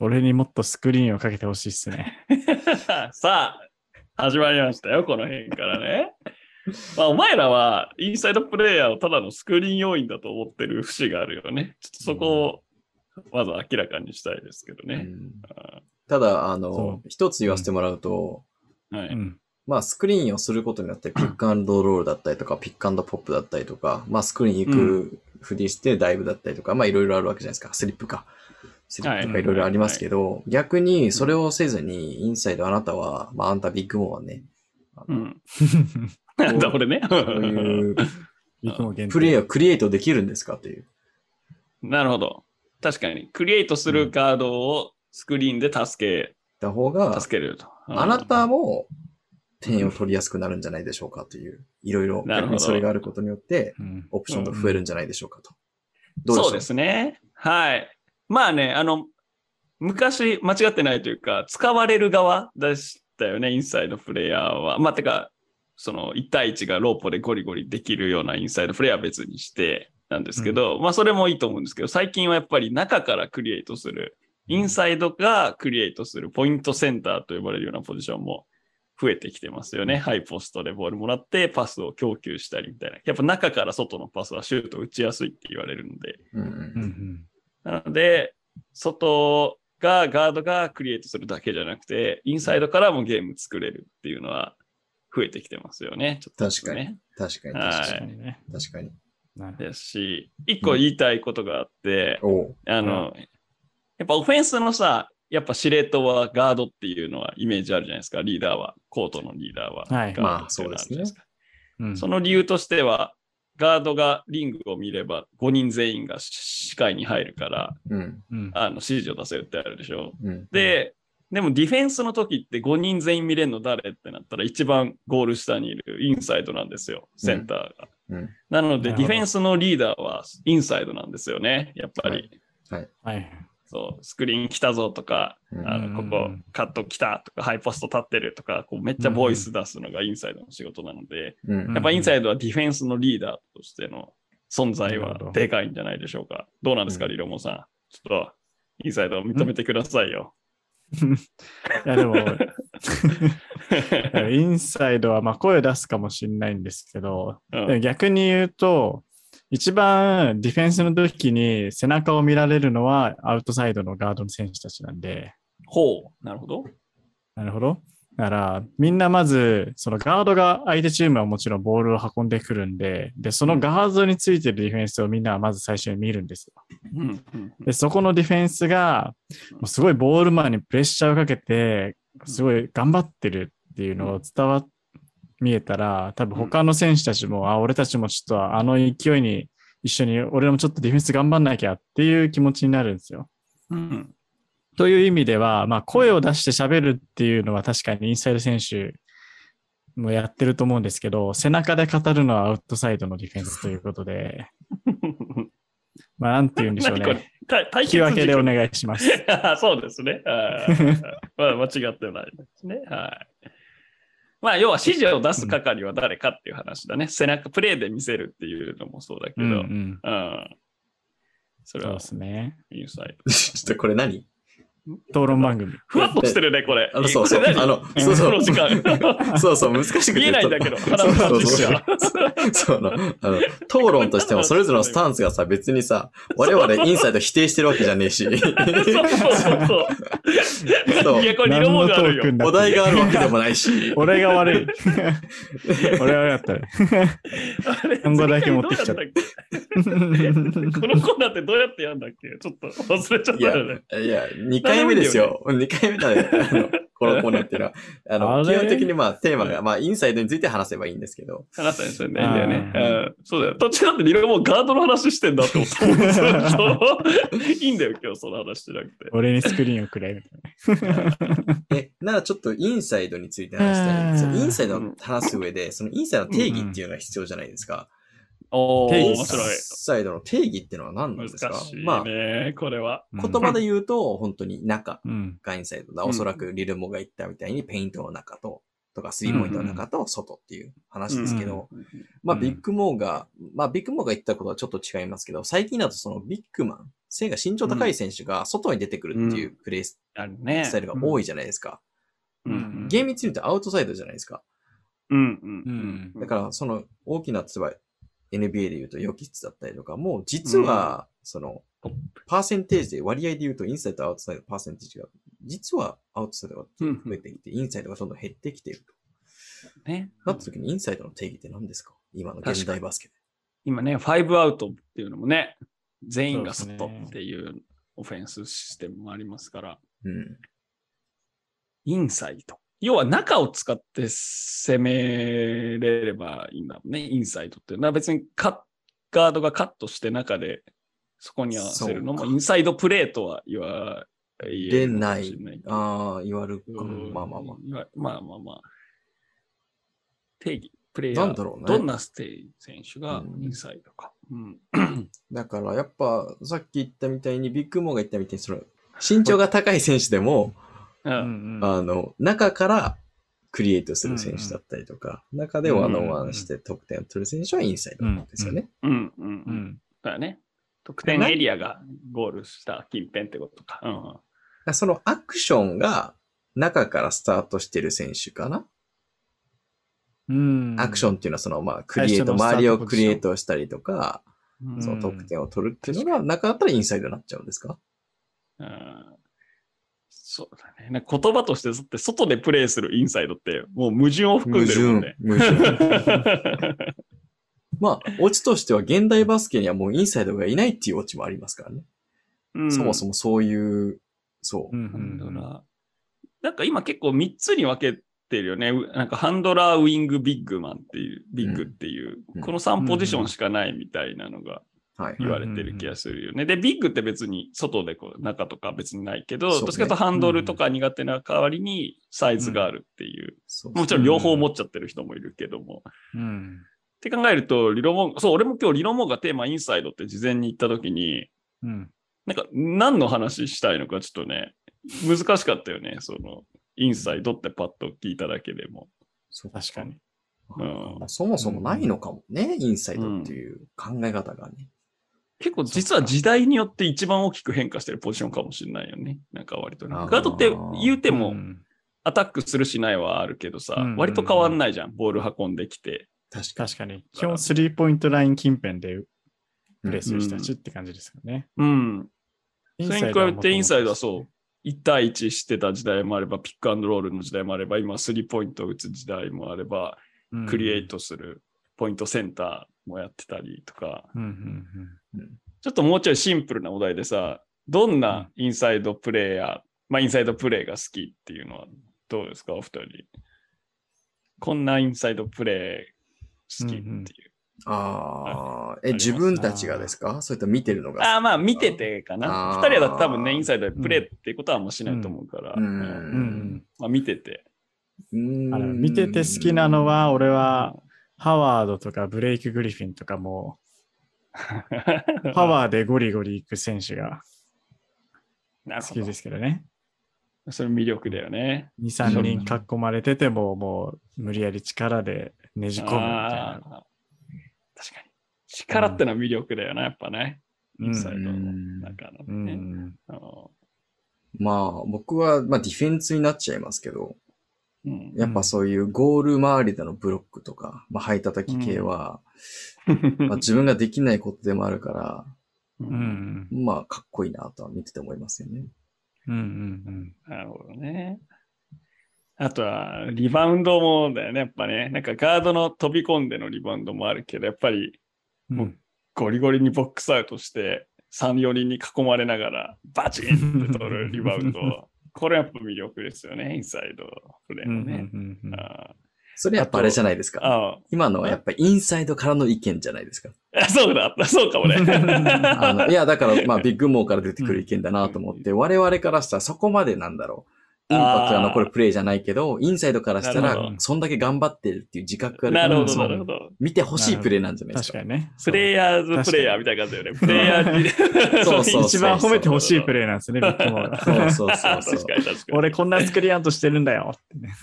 う。俺にもっとスクリーンをかけてほしいっすね。さあ、始まりましたよ、この辺からね。 *laughs* まあ、お前らは、インサイドプレイヤーをただのスクリーン要員だと思ってる節があるよね。ちょっとそこを、まず明らかにしたいですけどね。あただ、あその、一つ言わせてもらうと、ーはうい。ん。まあ、スクリーンをすることによって、ピックアンドロールだったりとか、ピックアンドポップだったりとか、まあ、スクリーン行くふりしてダイブだったりとか、まあ、いろいろあるわけじゃないですか。スリップか。スリップとはかいいろいろありますけど、逆にそれをせずに、インサイドあなたは、まあ、あんたビッグモンはね、うん。なん *laughs* だ、俺ね。こう *laughs* いうビッグモー限定プレイをクリエイトできるんですかという。 *laughs* なるほど。確かに、クリエイトするカードをスクリーンで助た方け、が、助けると。うんあなたも点を取りやすくなるんじゃないでしょうかという、いろいろ、なる逆ほどにそれがあることによって、うん。オプションが増えるんじゃないでしょうかと。どうでしょうそうですね。はい。まあね、あの、昔、間違ってないというか、使われる側でしたよね、インサイドプレイヤーは。まあ、てか、その1対1がローポでゴリゴリできるようなインサイドプレイヤーは別にしてなんですけど、まあ、それもいいと思うんですけど、最近はやっぱり中からクリエイトする、インサイドがクリエイトするポイントセンターと呼ばれるようなポジションも増えてきてますよね。ハイポストでボールもらってパスを供給したりみたいな。やっぱ中から外のパスはシュート打ちやすいって言われるので、うんううんうんんなので、外が、ガードがクリエイトするだけじゃなくて、インサイドからもゲーム作れるっていうのは増えてきてますよね。ちょっとずつね。確かに、はい確か確かにね。に。確かに。なるほどですし、一個言いたいことがあって、おうあの、やっぱオフェンスのさ、やっぱ司令塔はガードっていうのはイメージあるじゃないですか、リーダーは、コートのリーダーは。はいガードっていのはるじゃないかうんその理由としては、ガードがリングを見れば5人全員が視界に入るから、うん。うんあの指示を出せるってあるでしょ。うん。で、でもディフェンスの時って5人全員見れるの誰ってなったら一番ゴール下にいるインサイドなんですよ、センターが。うん。なのでデなるほィどフェンスのリーダーはインサイドなんですよね、やっぱり。はいはい。そうスクリーン来たぞとか、うんあのここカット来たとか、ハイポスト立ってるとか、こうめっちゃボイス出すのがインサイドの仕事なので、うん *laughs* やっぱインサイドはディフェンスのリーダーとしての存在なるはほどでかいんじゃないでしょうか。どうなんですか、うんリロモさん。ちょっとインサイドを認めてくださいよ。いやでも、 *laughs* インサイドはまあ声を出すかもしれないんですけど、うんでも逆に言うと、一番ディフェンスの時に背中を見られるのはアウトサイドのガードの選手たちなんで、ほう、なるほど。なるほど。だから、みんなまず、そのガードが相手チームはもちろんボールを運んでくるんで、で、そのガードについてるディフェンスをみんなはまず最初に見るんですよ。うんうんで、そこのディフェンスが、もうすごいボールマンにプレッシャーをかけて、すごい頑張ってるっていうのを伝わ見えたら、多分他の選手たちも、あ、俺たちもちょっとあの勢いに一緒に、俺らもちょっとディフェンス頑張んなきゃっていう気持ちになるんですよ。うん。という意味では、まあ、声を出して喋るっていうのは確かにインサイド選手もやってると思うんですけど、背中で語るのはアウトサイドのディフェンスということで、まあ、なんて言うんでしょう何これね。た対引決き分けでお軸願いします。あ *laughs* そうですね。あーまあ、間違ってないですね。はい。まあ、要は指示を出す係は誰かっていう話だね。背中、プレーで見せるっていうのもそうだけうど、んう。うんん。それそうはですね。インサイド。ちょっとこれ何討論番組。ふわっとしてるね、これ。あの、そうそう。これあ何の、そうこそのう。時 *laughs* 間。そうそう、難しくて見えないんだけど、話のそう話そうしそうか。そうあの、あの、討論としても、それぞれのスタンスがさ、別にさ、我々インサイド否定してるわけじゃね *laughs* えし、そうそうそうそ。そう *laughs* ういや、これ理論ものある *laughs* よ。だお題があるわけでもないし、 *laughs* 俺が *laughs* 悪い。俺が悪かったね。あれ単語だけ持ってきちゃった前回どうや *laughs* ったっけこのコーナーってどうやってやるんだっけちょっと忘れちゃっいやたよね。いや、2回目ですよ。2回目だね。あのこのコーナーっていうのは。あの、あ基れ本的にまあ、テーマが、まあ、インサイドについて話せばいいんですけど。話したんですよね。いいんだよね。あうんそうだよ。途中だって理論もガードの話してんだって思ったもん。ずっといいんだよ、今日その話しなくて。俺にスクリーンをくれ。みえ、ならちょっとインサイドについて話したいんですよ。うんインサイドを話す上で、そのインサイドの定義っていうのが必要じゃないですか。おー、定イ面ン義さ白い。サイドの定義っていうのは何なんですか難しいね、まあ、これは。たい言な葉で言うと、本当に中うん。がインサイドだ。うんおそらくリルモが言ったみたいに、ペイントの中と、とか、スリーポイントの中と、外っていう話ですけど、まあ、うんビッグモーが、まあ、ビッグモーが言ったことはちょっと違いますけど、最近だとそのビッグマン、背が身長高い選手が外に出てくるっていうプレイスあるね。タイルが多いじゃないですか。うん厳密に言うとアウトサイドじゃないですか。うんうんうんだから、その大きな、例えば NBA で言うとヨキッチだったりとか、もう実は、そのトッ、パーセンテージで割合で言うとインサイドとアウトサイドのパーセンテージが、実はアウトサイドがうん増えてきて、インサイドがどんどん減ってきていると。ね、なった時にインサイドの定義って何ですか今の現代バスケで。今ね、ファイブアウトっていうのもね、全員がそう外ですねっていうオフェンスシステムもありますから、うん。インサイド。要は中を使って攻めれればいいんだもんね、インサイドっていうのは別にカッガードがカットして中でそこに合わせるのもそうイかンサイドプレーとは言わ出ない言えるかもしれけどああ、言われるか。うんまあまあまあ。いわまあまあまあ。定義、プレイヤー。なんだろうねどんなステージ選手がうんインサイドか。うん。だからやっぱさっき言ったみたいにビッグモーが言ったみたいにその身長が高い選手でも、ううんんうんあの、中からクリエイトする選手だったりとか、中でワンオンワンして得点を取る選手はインサイドなんですよね。うんうんううん。ん。だね。得点エリアがゴールした近辺ってことか。うんうん。そのアクションが中からスタートしてる選手かな、うんアクションっていうのはそのまあクリエイト、最初のスタート周りをクリエイトしたりとか、うんそのうん得点を取るっていうのが中だったらインサイドになっちゃうんですかうんそうだね。なんか言葉として、だって外でプレーするインサイドって、もう矛盾を含んでるもんね。矛盾。 *laughs* まあ、オチとしては現代バスケにはもうインサイドがいないっていうオチもありますからね。そもそも。もそういう、そうう。んうハンドんラー。なんか今結構3つに分けてるよね。うなんかハンドラー、ウィング、ビッグマンっていう、ビッグっていう、うんこの3ポジションしかないみたいなのがはい。言われてる気がするよね。で、ビッグって別に外でこう中とか別にないけど、そうねどっちかというとハンドルとか苦手な代わりにサイズがあるっていう。そうもちろん両方持っちゃってる人もいるけども。っうん。て考えると、リロモン、そう、俺も今日リロモンがテーマインサイドって事前に言った時に、うん。なんか何の話したいのかちょっとね、難しかったよね。その、インサイドってパッと聞いただけでも。そう確かに。うんそもそもないのかもね、インサイドっていう考え方がね。結構実は時代によって一番大きく変化してるポジションかもしれないよね。なんか割とね。あーガードって言うてうもんアタックするしないはあるけどさうんうんう、ん割と変わんないじゃん。ボール運んできて。確か確かに。基本スリーポイントライン近辺でプレーに。する人たちって感じですよね。うん。それに比べてインサイドはうそう。1対1してた時代もあれば、ピックアンドロールの時代もあれば、今スリーポイントを打つ時代もあれば、うんクリエイ。トするポイントセンターもやってたりとか、うんうんちょっともうちょいシンプルなお題でさ、どんなインサイドプレイヤー、まあインサイドプレイが好きっていうのはどうですか、お二人。こんなインサイドプレー好きっていう。うんうんああ、あえ、ります自分たちがですかそれとも見てるのあが。あまあ見ててかな。あ二ー人は多分ね、インサイドでプレーってことはもうしないと思うから、うんうんうん。まあ見てて。うーんあれ見てて好きなのは、俺は、ハワードとかブレイク・グリフィンとかも、パワーでゴリゴリ行く選手が *laughs* なる好ほきどですけどね。それ魅力だよね。 2、3人囲まれてても、もう無理やり力でねじ込むみたいな。あー確かに。力ってのは魅力だよな、やっぱね。インサイドの中うのね。ん。あのまあ、僕は、まあ、ディフェンスになっちゃいますけど、うんやっぱそういうゴール周りでのブロックとか、まあ、ハイ叩き系は、まあ、自分ができないことでもあるから、ううんん。まあ、かっこいいなとは見てて思いますよね。うん。うん。なるほどね。あとは、リバウンドもだよね、やっぱね。なんかガードの飛び込んでのリバウンドもあるけど、やっぱりうんもうゴリゴリにボックスアウトして、3、4人に囲まれながら、バチンって取るリバウン *laughs* ド。これやっぱ魅力ですよね、インサイドプレーうんのうんうね。んうんあそれやっぱあれじゃないですーか。あ今のはやっぱインサイドからの意見じゃないですか。ー、 *laughs* そうだ、そうかもね。あのいや、だか *laughs* ら、まあ、ビッグモーから出てくる意見だなと思って、我々からしたらそこまでなんだろう。インパクトが残るプレイじゃないけど、インサイドからしたなるらほ、どそんだけ頑張ってるっていう自覚がなるほうど、んなるほど。見てほしいプレイなんじゃないです確か。かにね。プレイヤーズプレイヤーみたいな感じだよね。プレイヤーに。そうそう一番褒めてほしいプレイなんですね、ビッグモーがそうそうそうそう確かに確かに。 *laughs* 俺こんなスクリーンアウトしてるんだよってね。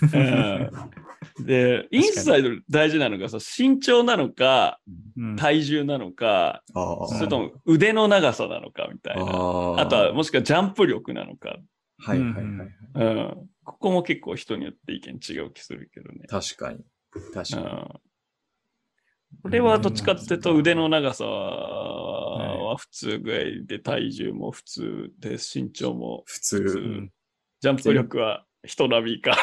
うんで、インサイド大事なのがさ、身長なのか、うん体重なのか、あそあれとも腕の長さなのかみたいな。ああとは、もしくはジャンプ力なのか。はいはいはいはい。うん。ここも結構人によって意見違う気するけどね。確かに。確うかん。これはどっちかっていうと腕の長さは普通ぐらいで体重も普通で身長も普普通通。ジャンプ力は人並みか。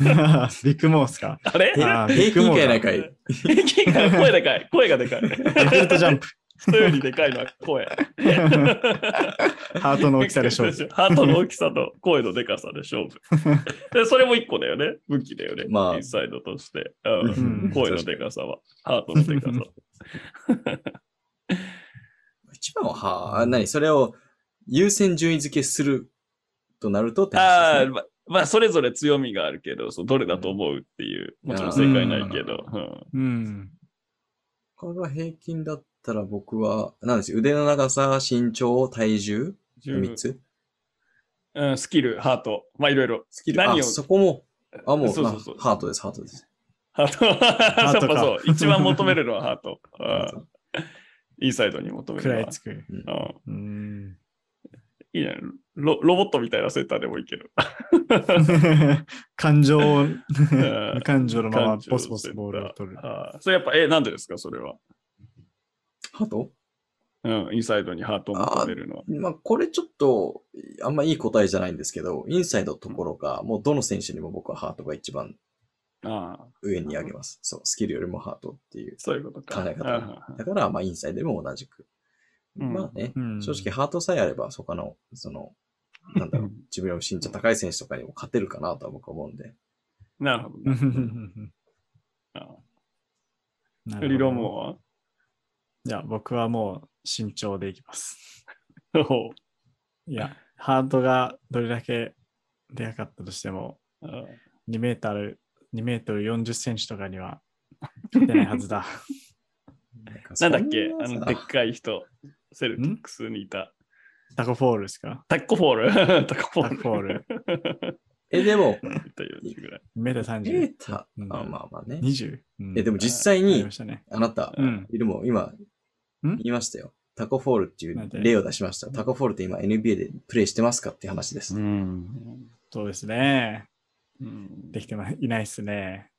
*laughs* ビッグモースか。あれあー平均以外なんかい平均が *laughs* 声でかい。声がでかい。デフルトジャンプ。 *laughs* 人よりでかいのは声。ハート *laughs* の大きさで *laughs* 勝負。ハートの大きさと声のでかさで勝 *laughs* 負。でそれも一個だよね。武器だよね。まあインサイドとして。うんうん声のでかさは。ハートのでかさ。一番は、はあ、何それを優先順位付けするとなるとってあ話であすね、ままあ、それぞれ強みがあるけど、そうどれだと思うっていう、もちろん正解ないけど、うんうん。他が平均だったら僕は、なんですよ腕の長さ、身長、体重、十分3つうん、スキル、ハート、まあいろいろ。スキル、何あ、をそこも、あ、もうそうそうそうあハートです、ハートです。ハート、 *laughs* やーっトかぱそう、一番求めるのはハート。うハんインサイドに求め食るのらは。いつく。うんうん。いいねロ。ロボットみたいなセンターでもいいけど。 *laughs* 感情うを、ん無感情のまま感情ボスボスボールを取るセン。ターあーそれやっぱ、え、なんでですか、それは。ハートうん、インサイドにハートを求めるのは。まあ、これちょっと、あんまいい答えじゃないんですけど、インサイドのところが、もうどの選手にも僕はハートが一番ああ、上に上げます。そう、スキルよりもハートっていう。そういうことか。考え方うんうんうんだから、まあ、インサイドでも同じく。うんまあね、うん正直ハートさえあれば、他の、その、なんだう、ろうん *laughs* 自分よりも身長高い選手とかにも勝てるかなとは僕は思うんで。なるほどう *laughs* ね。んなるほどリロ *laughs* モじゃあ僕はもう慎重でいきます。ンはおういや、ハートがどれだけでかかったとしても、うん2メートル、2メートル40センチとかには勝てないはずだ。なんだっけあそんの、なでっさかい人、セルティックスにいた。タコフォールですかタッコフォー *laughs* ル。タッコフォータル。コフォール。え、でも、いたよぐらい。 2メートルデ30ー。タ、あうんまあまあね。 20? うんえ、でも実際ありにま、したね。あなた、うん。いるもん、今、言んいましたよ。タコフォールっていなんうて例を出しました。タコフォールって今 NBA でプレイしてますかっていう話です。ん。そうですね。でできていないですね。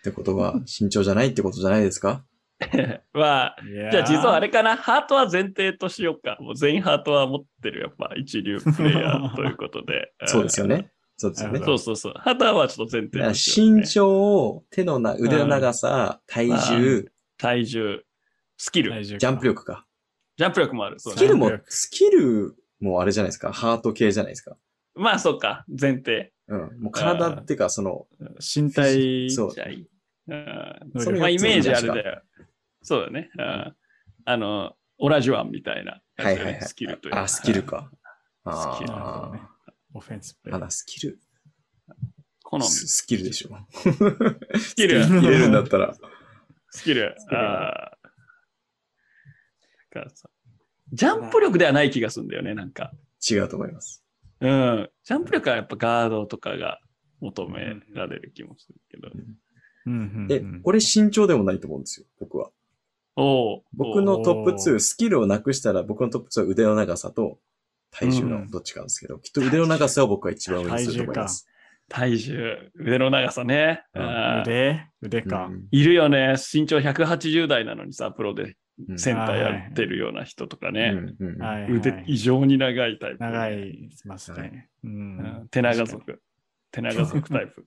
ってことは、身長じゃないってことじゃないですか。は、いやーじゃあ実はあれかな、ハートは前提としようか。もう全員ハートは持ってる、やっぱ一流プレイヤーということで *laughs* そうですよね。そうですよねうん。。そうそうそう。ハートはちょっと前提だからですよね身長を、手のな、腕の長さ、体重、体重、スキル、体重かジャンプ力か。ジャンプ力もある。そうスねキルもジャンプ、スキルもあれじゃないですか。ハート系じゃないですか。まあそうか、前提。うん。もう体っていうか、その、身体そうじゃあいいうんそれまあイメージあれだよ。そうだね。うんあの、オラジュアンみたいな感じだね、はいはいはいスキルというかあ、スキル。か。あスキルなるほどーね。オフェンスプレあー。ら、スキル。好み。スススキルでしょ。キル、 *laughs* 入れるんだったら。スキル。キルあーだからさジャンプ力ではない気がするんだよね、なんか。違うと思います。うん。ジャンプ力はやっぱガードとかが求められる気もするけど。うんうんうんえ、これ身長でもないと思うんですよ、僕は。おう僕のトップお2、ースキルをなくしたら僕のトップ2は腕の長さと体重うのんどっちかなんですけど、きっと腕の長さを僕は一番上にすると思います。体重、腕の長さね。うんあー腕腕かう。んいるよね。身長180代なのにさ、プロでうんセンターやってるような人とかね。うんうんはいはい腕異常に長いタイプ。長いますはね。ううんん。手長族。手長族タイプ。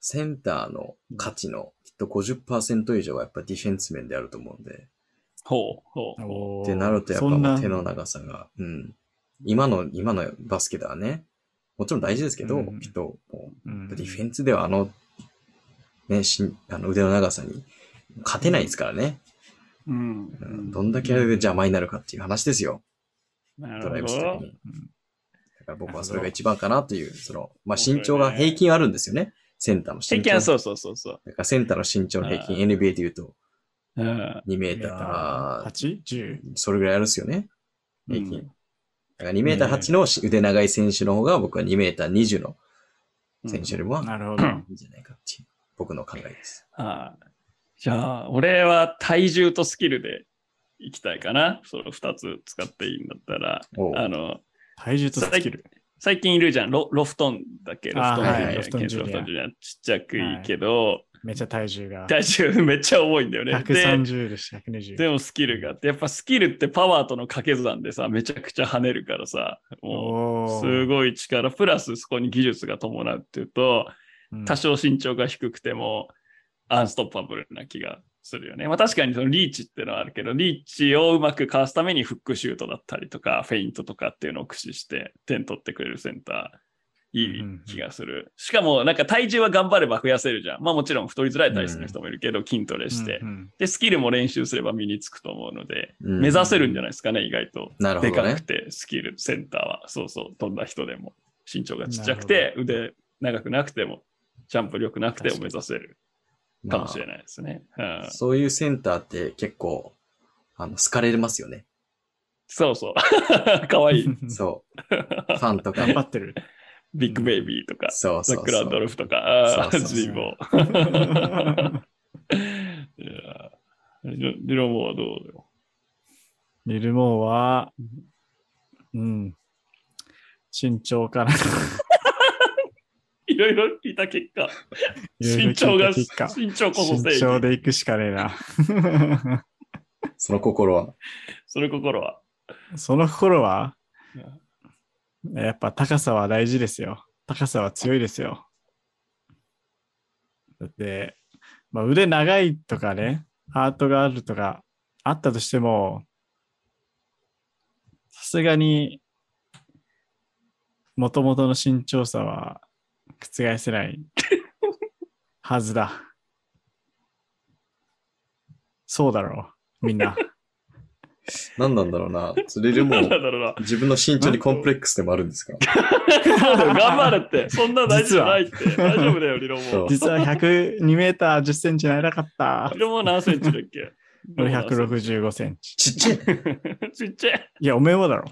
センターの価値のきっと50%以上はやっぱディフェンス面であると思うんで、ほうほうほおーってなるとやっぱそんもなう手の長さが、うん。今の、今のバスケではね、もちろん大事ですけど、うんきっともうんうディフェンスではあの、ね、しんあの腕の長さに勝てないですからね。う。うんうんどんだけ邪魔になるかっていう話ですよ。なドライるブほしたど時。に。うんだから僕はそれが一番かなという、その、まあそうだよ身ね長が平均あるんですよね。センターの平身均は長。そうそうそうそう。だからセンターの身長の平均、NBA で言うとうん。 2メーター、 8?10? それぐらいあるんですよね。平均。うんだから2メーター8のし腕長い選手の方が僕は2メーター20の選手よりもなる *clears throat* ほど。いいんじゃないかっていう、僕の考えです。ああじゃあ、俺は体重とスキルでいきたいかな。その2つ使っていいんだったら。おうあの、体重とスキル。最近いるじゃん。ロロフトンだっけロフトンあジューはニいア。ロフトンジュニアケンロフトンジュニア。ちっちゃくいいけど、めっちゃ体重が。体重めっちゃ重いんだよね。で130でした、120。でもスキルがあって、やっぱスキルってパワーとの掛け算でさ、めちゃくちゃ跳ねるからさ、もうおーすごい力、プラスそこに技術が伴うっていうと、うん多少身長が低くてもアンストッパブルな気がするよね。まあ確かにそのリーチってのはあるけど、リーチをうまくかわすためにフックシュートだったりとか、フェイントとかっていうのを駆使して点取ってくれるセンター。いい気がする。しかも、なんか体重は頑張れば増やせるじゃん。まあもちろん太りづらい体質の人もいるけど、筋トレしてう。んで、スキルも練習すれば身につくと思うので、うん目指せるんじゃないですかね、意外と。なるほでどかねく。て、スキル、センターは。そうそう、どんな人でも。身長がちっちゃくて、腕長くなくても、ジャンプ力なくても目指せるかもしれないですね。うまあん、そういうセンターって結構、あの、好かれますよね。そう *laughs* そう。かわいい。うんそう。ファンとか *laughs* 頑。張 *laughs* ってる。ビッグベイビーとか、そうザッそうク・ランドそルう。フとか、あそうーそうそうジーボー。いやージロジロモはどうよ。リルモーは、うん。身長からいろいろ聞いた結果、いろいろ聞身いた長が、結果身長こそ正身長義。でいくしかねえな。その心は。その心は。その心は、やっぱ高さは大事ですよ。高さは強いですよ。だって、まあ、腕長いとかね、ハートがあるとか、あったとしても、さすがに、もともとの身長差は覆せないはずだ。そうだろう、みんな。何なんだろうな。釣れるも *laughs* なんだん。ろうな。自分の身長にコンプレックスでもあるんですか頑張れって。そんな大事じゃないって。は大丈夫だよ、リロそもう。実は102メーター10センチならな *laughs* かったリ。ロも何センチだっ *laughs* け俺165センチ。 *laughs* ちっちゃ *laughs* い。ちっちゃい。いや、おめ *laughs* えもだろ。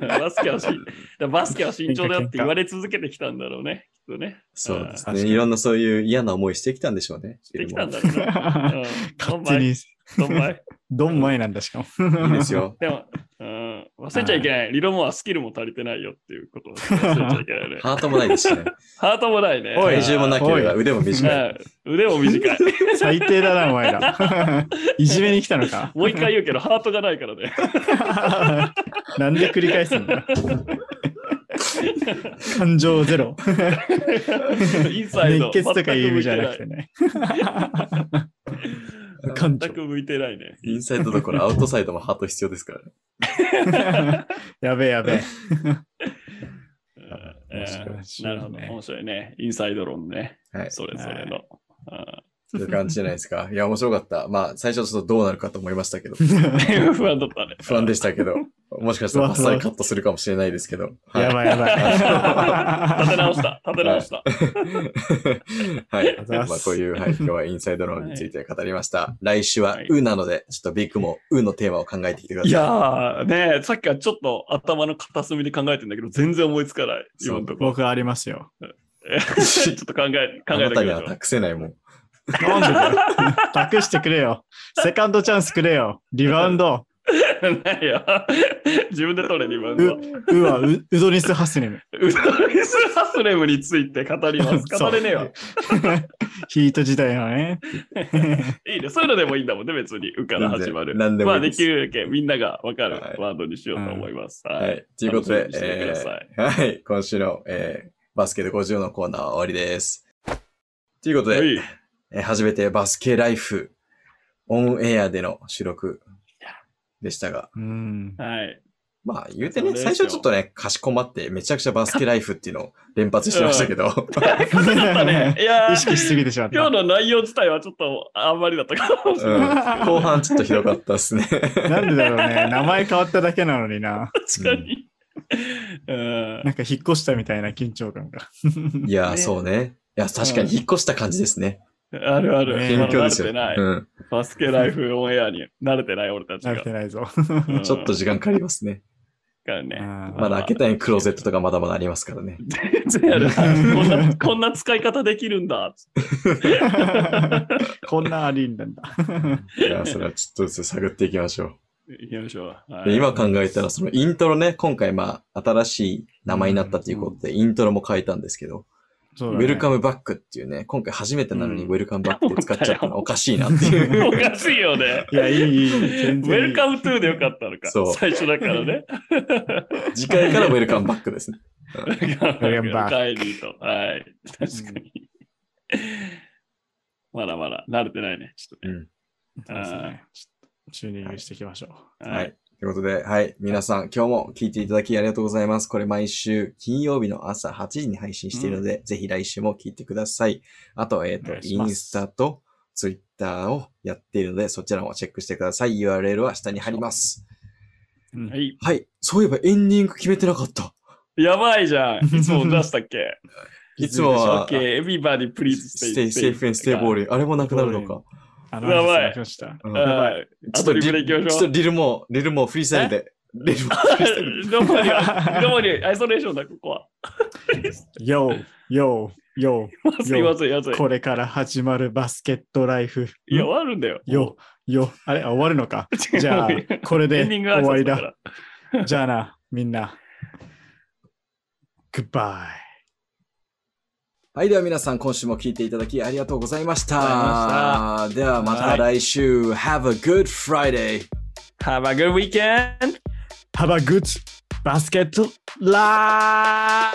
バスケはし、だからバスケは慎重だよって言われ続けてきたんだろうね。きっとね。そうです確ね。かにいろんなそういう嫌な思いしてきたんでしょうね。してきたんだろうね。 *laughs* うん。ど勝んま手い。に、どんまい。ドンマイなんだしかも。いいですよ。。でも、うん、忘れちゃいけない。リロもはスキルも足りてないよっていうことを忘れちゃいけないねハートもないですしね。 *laughs* ハートもないね。おい体重もなければ腕もう短い。ん腕も短い。最低だな、お前ら。 *laughs* いじめに来たのか。 *laughs* もう一回言うけど、ハートがないからね。なんで繰り返す *laughs* んだ。感情ゼロ。インサイド。熱血とかいう意味じゃなくてね。無感情全。く向いてないね。インサイドどころアウトサイドもハート *laughs* 必要ですからね。やべえやべえ。うんな面白いうんしなるほど。面白いね。インサイド論ね。はい。それぞれの。あという感じじゃないですか。いや、面白かった。まあ、最初ちょっとどうなるかと思いました *laughs* けど、ー不安だったね。 *laughs* 不安でしたけど、もしかしたらあっさりカットするかもしれないです *laughs* けど。はいやばいやばい。立て直した。立て直した。はありい。がとうございまあますこういう、はい、今日はインサイドローンについて語りました。来週ははい、うなので、ちょっとビッグも、うのテーマを考えてきてください。いやー、ねえさっきからちょっと頭の片隅で考えてんだけど、全然思いつかない。そう今のとこ。僕はありますよ。ちょっと考え、考あえなたたけにどは。託せないもん。なんでだよ。託してくれよ。セカンドチャンスくれよ。リバウンド。 *laughs* ないよ。自分で取れ、リバウンうド。、うは、う、ウドニス・ハスネム。ウドリス・ハスレムについて語り *laughs* ます。語れねえわ。そう。ヒート時代のね。いいね。そういうのでもいいんだもんね、別に。うから始まる。何でもまあ、いいでですきるだけみんながわかはるいワードにしようと思います。ははい。ということで楽、しみにしててくださいえーはい。今週の、えーバスケで50のコーナーは終わりです。ということで、はい。えー初めてバスケライフ、オンエアでの収録でしたが、うん。はい。まあ言うそてうね、です最よ初ちょっとね、かしこまって、めちゃくちゃバスケライフっていうのを連発してまし *laughs* たけど、ちょっと *laughs* ね、いやー意識しすぎてしまっ *laughs* 今た日。の内容自体はちょっとあんまりだったかもしれうない。ん後半ちょっとひどかったです *laughs* ね。なんでだろうね。名前変わっただけなのにな。確かに。うんなんか引っ越したみたいな緊張感が。いやー、ねそうね。いや、確かに引っ越した感じですね。あるある。ねまだ勉強で慣すれよ。。てないうん。バスケライフオンエアに慣れてない俺たち慣れがて。ないぞ。うんちょっと時間かかりますね。からね。うんまだ開けたいクローゼットとかまだまだありますからね。全然あるなこんな。こんな使い方できるんだ。 *laughs* こんなありんだんだ。いやー、それはちょっとずつ探っていきましょう。行きましょう。はでい今考えたら、そのイントロね、今回まあ、新しい名前になったということで、イントロも変えたんですけど、そウうだねェルカムバックっていうね、今回初めてなのにうウんェルカムバックって使っちゃったのはおかしいな *laughs* っていう。おかしいよね。いや、いい、いい。ウ全ェ然いルいカムトゥーでよかったのか。そう最初だからね。次回からウェルカムバックです *laughs* ね。ウェルカムウェルカムバ帰りと。はい。確かに。まだまだ慣れてないね。ちょっとね。そうですねちょっとチューニングしていきましょう。はい。。ということで、はい。皆さん、今日も聞いていただきありがとうございます。これ毎週金曜日の朝8時に配信しているので、ぜひ来週も聞いてください。あと、えっ、お願と、いしイますンスタとツイッターをやっているので、そちらもチェックしてください。URL は下に貼ります。うんはい。はい。そういえばエンディング決めてなかった。やばいじゃ *laughs* ん。いつも出したっけいつもは、 ?Okay, everybody please stay stay safe and stay b o r あれもなくなるのか。あの、やばい話しました。うんやばい。ちアょっとドリリブルでいきましょうちょっとリルも、リルもフリースタイルで。リルもフリースタイルで。どこに、どこに、アイソレーションだ、ここは。よう、よう、よまずいまずいまずう、い。これから始まるバスケットライフ。いや、終わるんだよ。よ、よ、あれ、あ終わるのか。 *laughs* 違う、じゃあ、これエでンディング挨終拶わりだだ。じゃあな、みんな。グッバイ。 *laughs* はい。では皆さん、今週も聞いていただきありがとうございましあた。ではまた来週、Have a good Friday! Have a good weekend! Have a good basket life!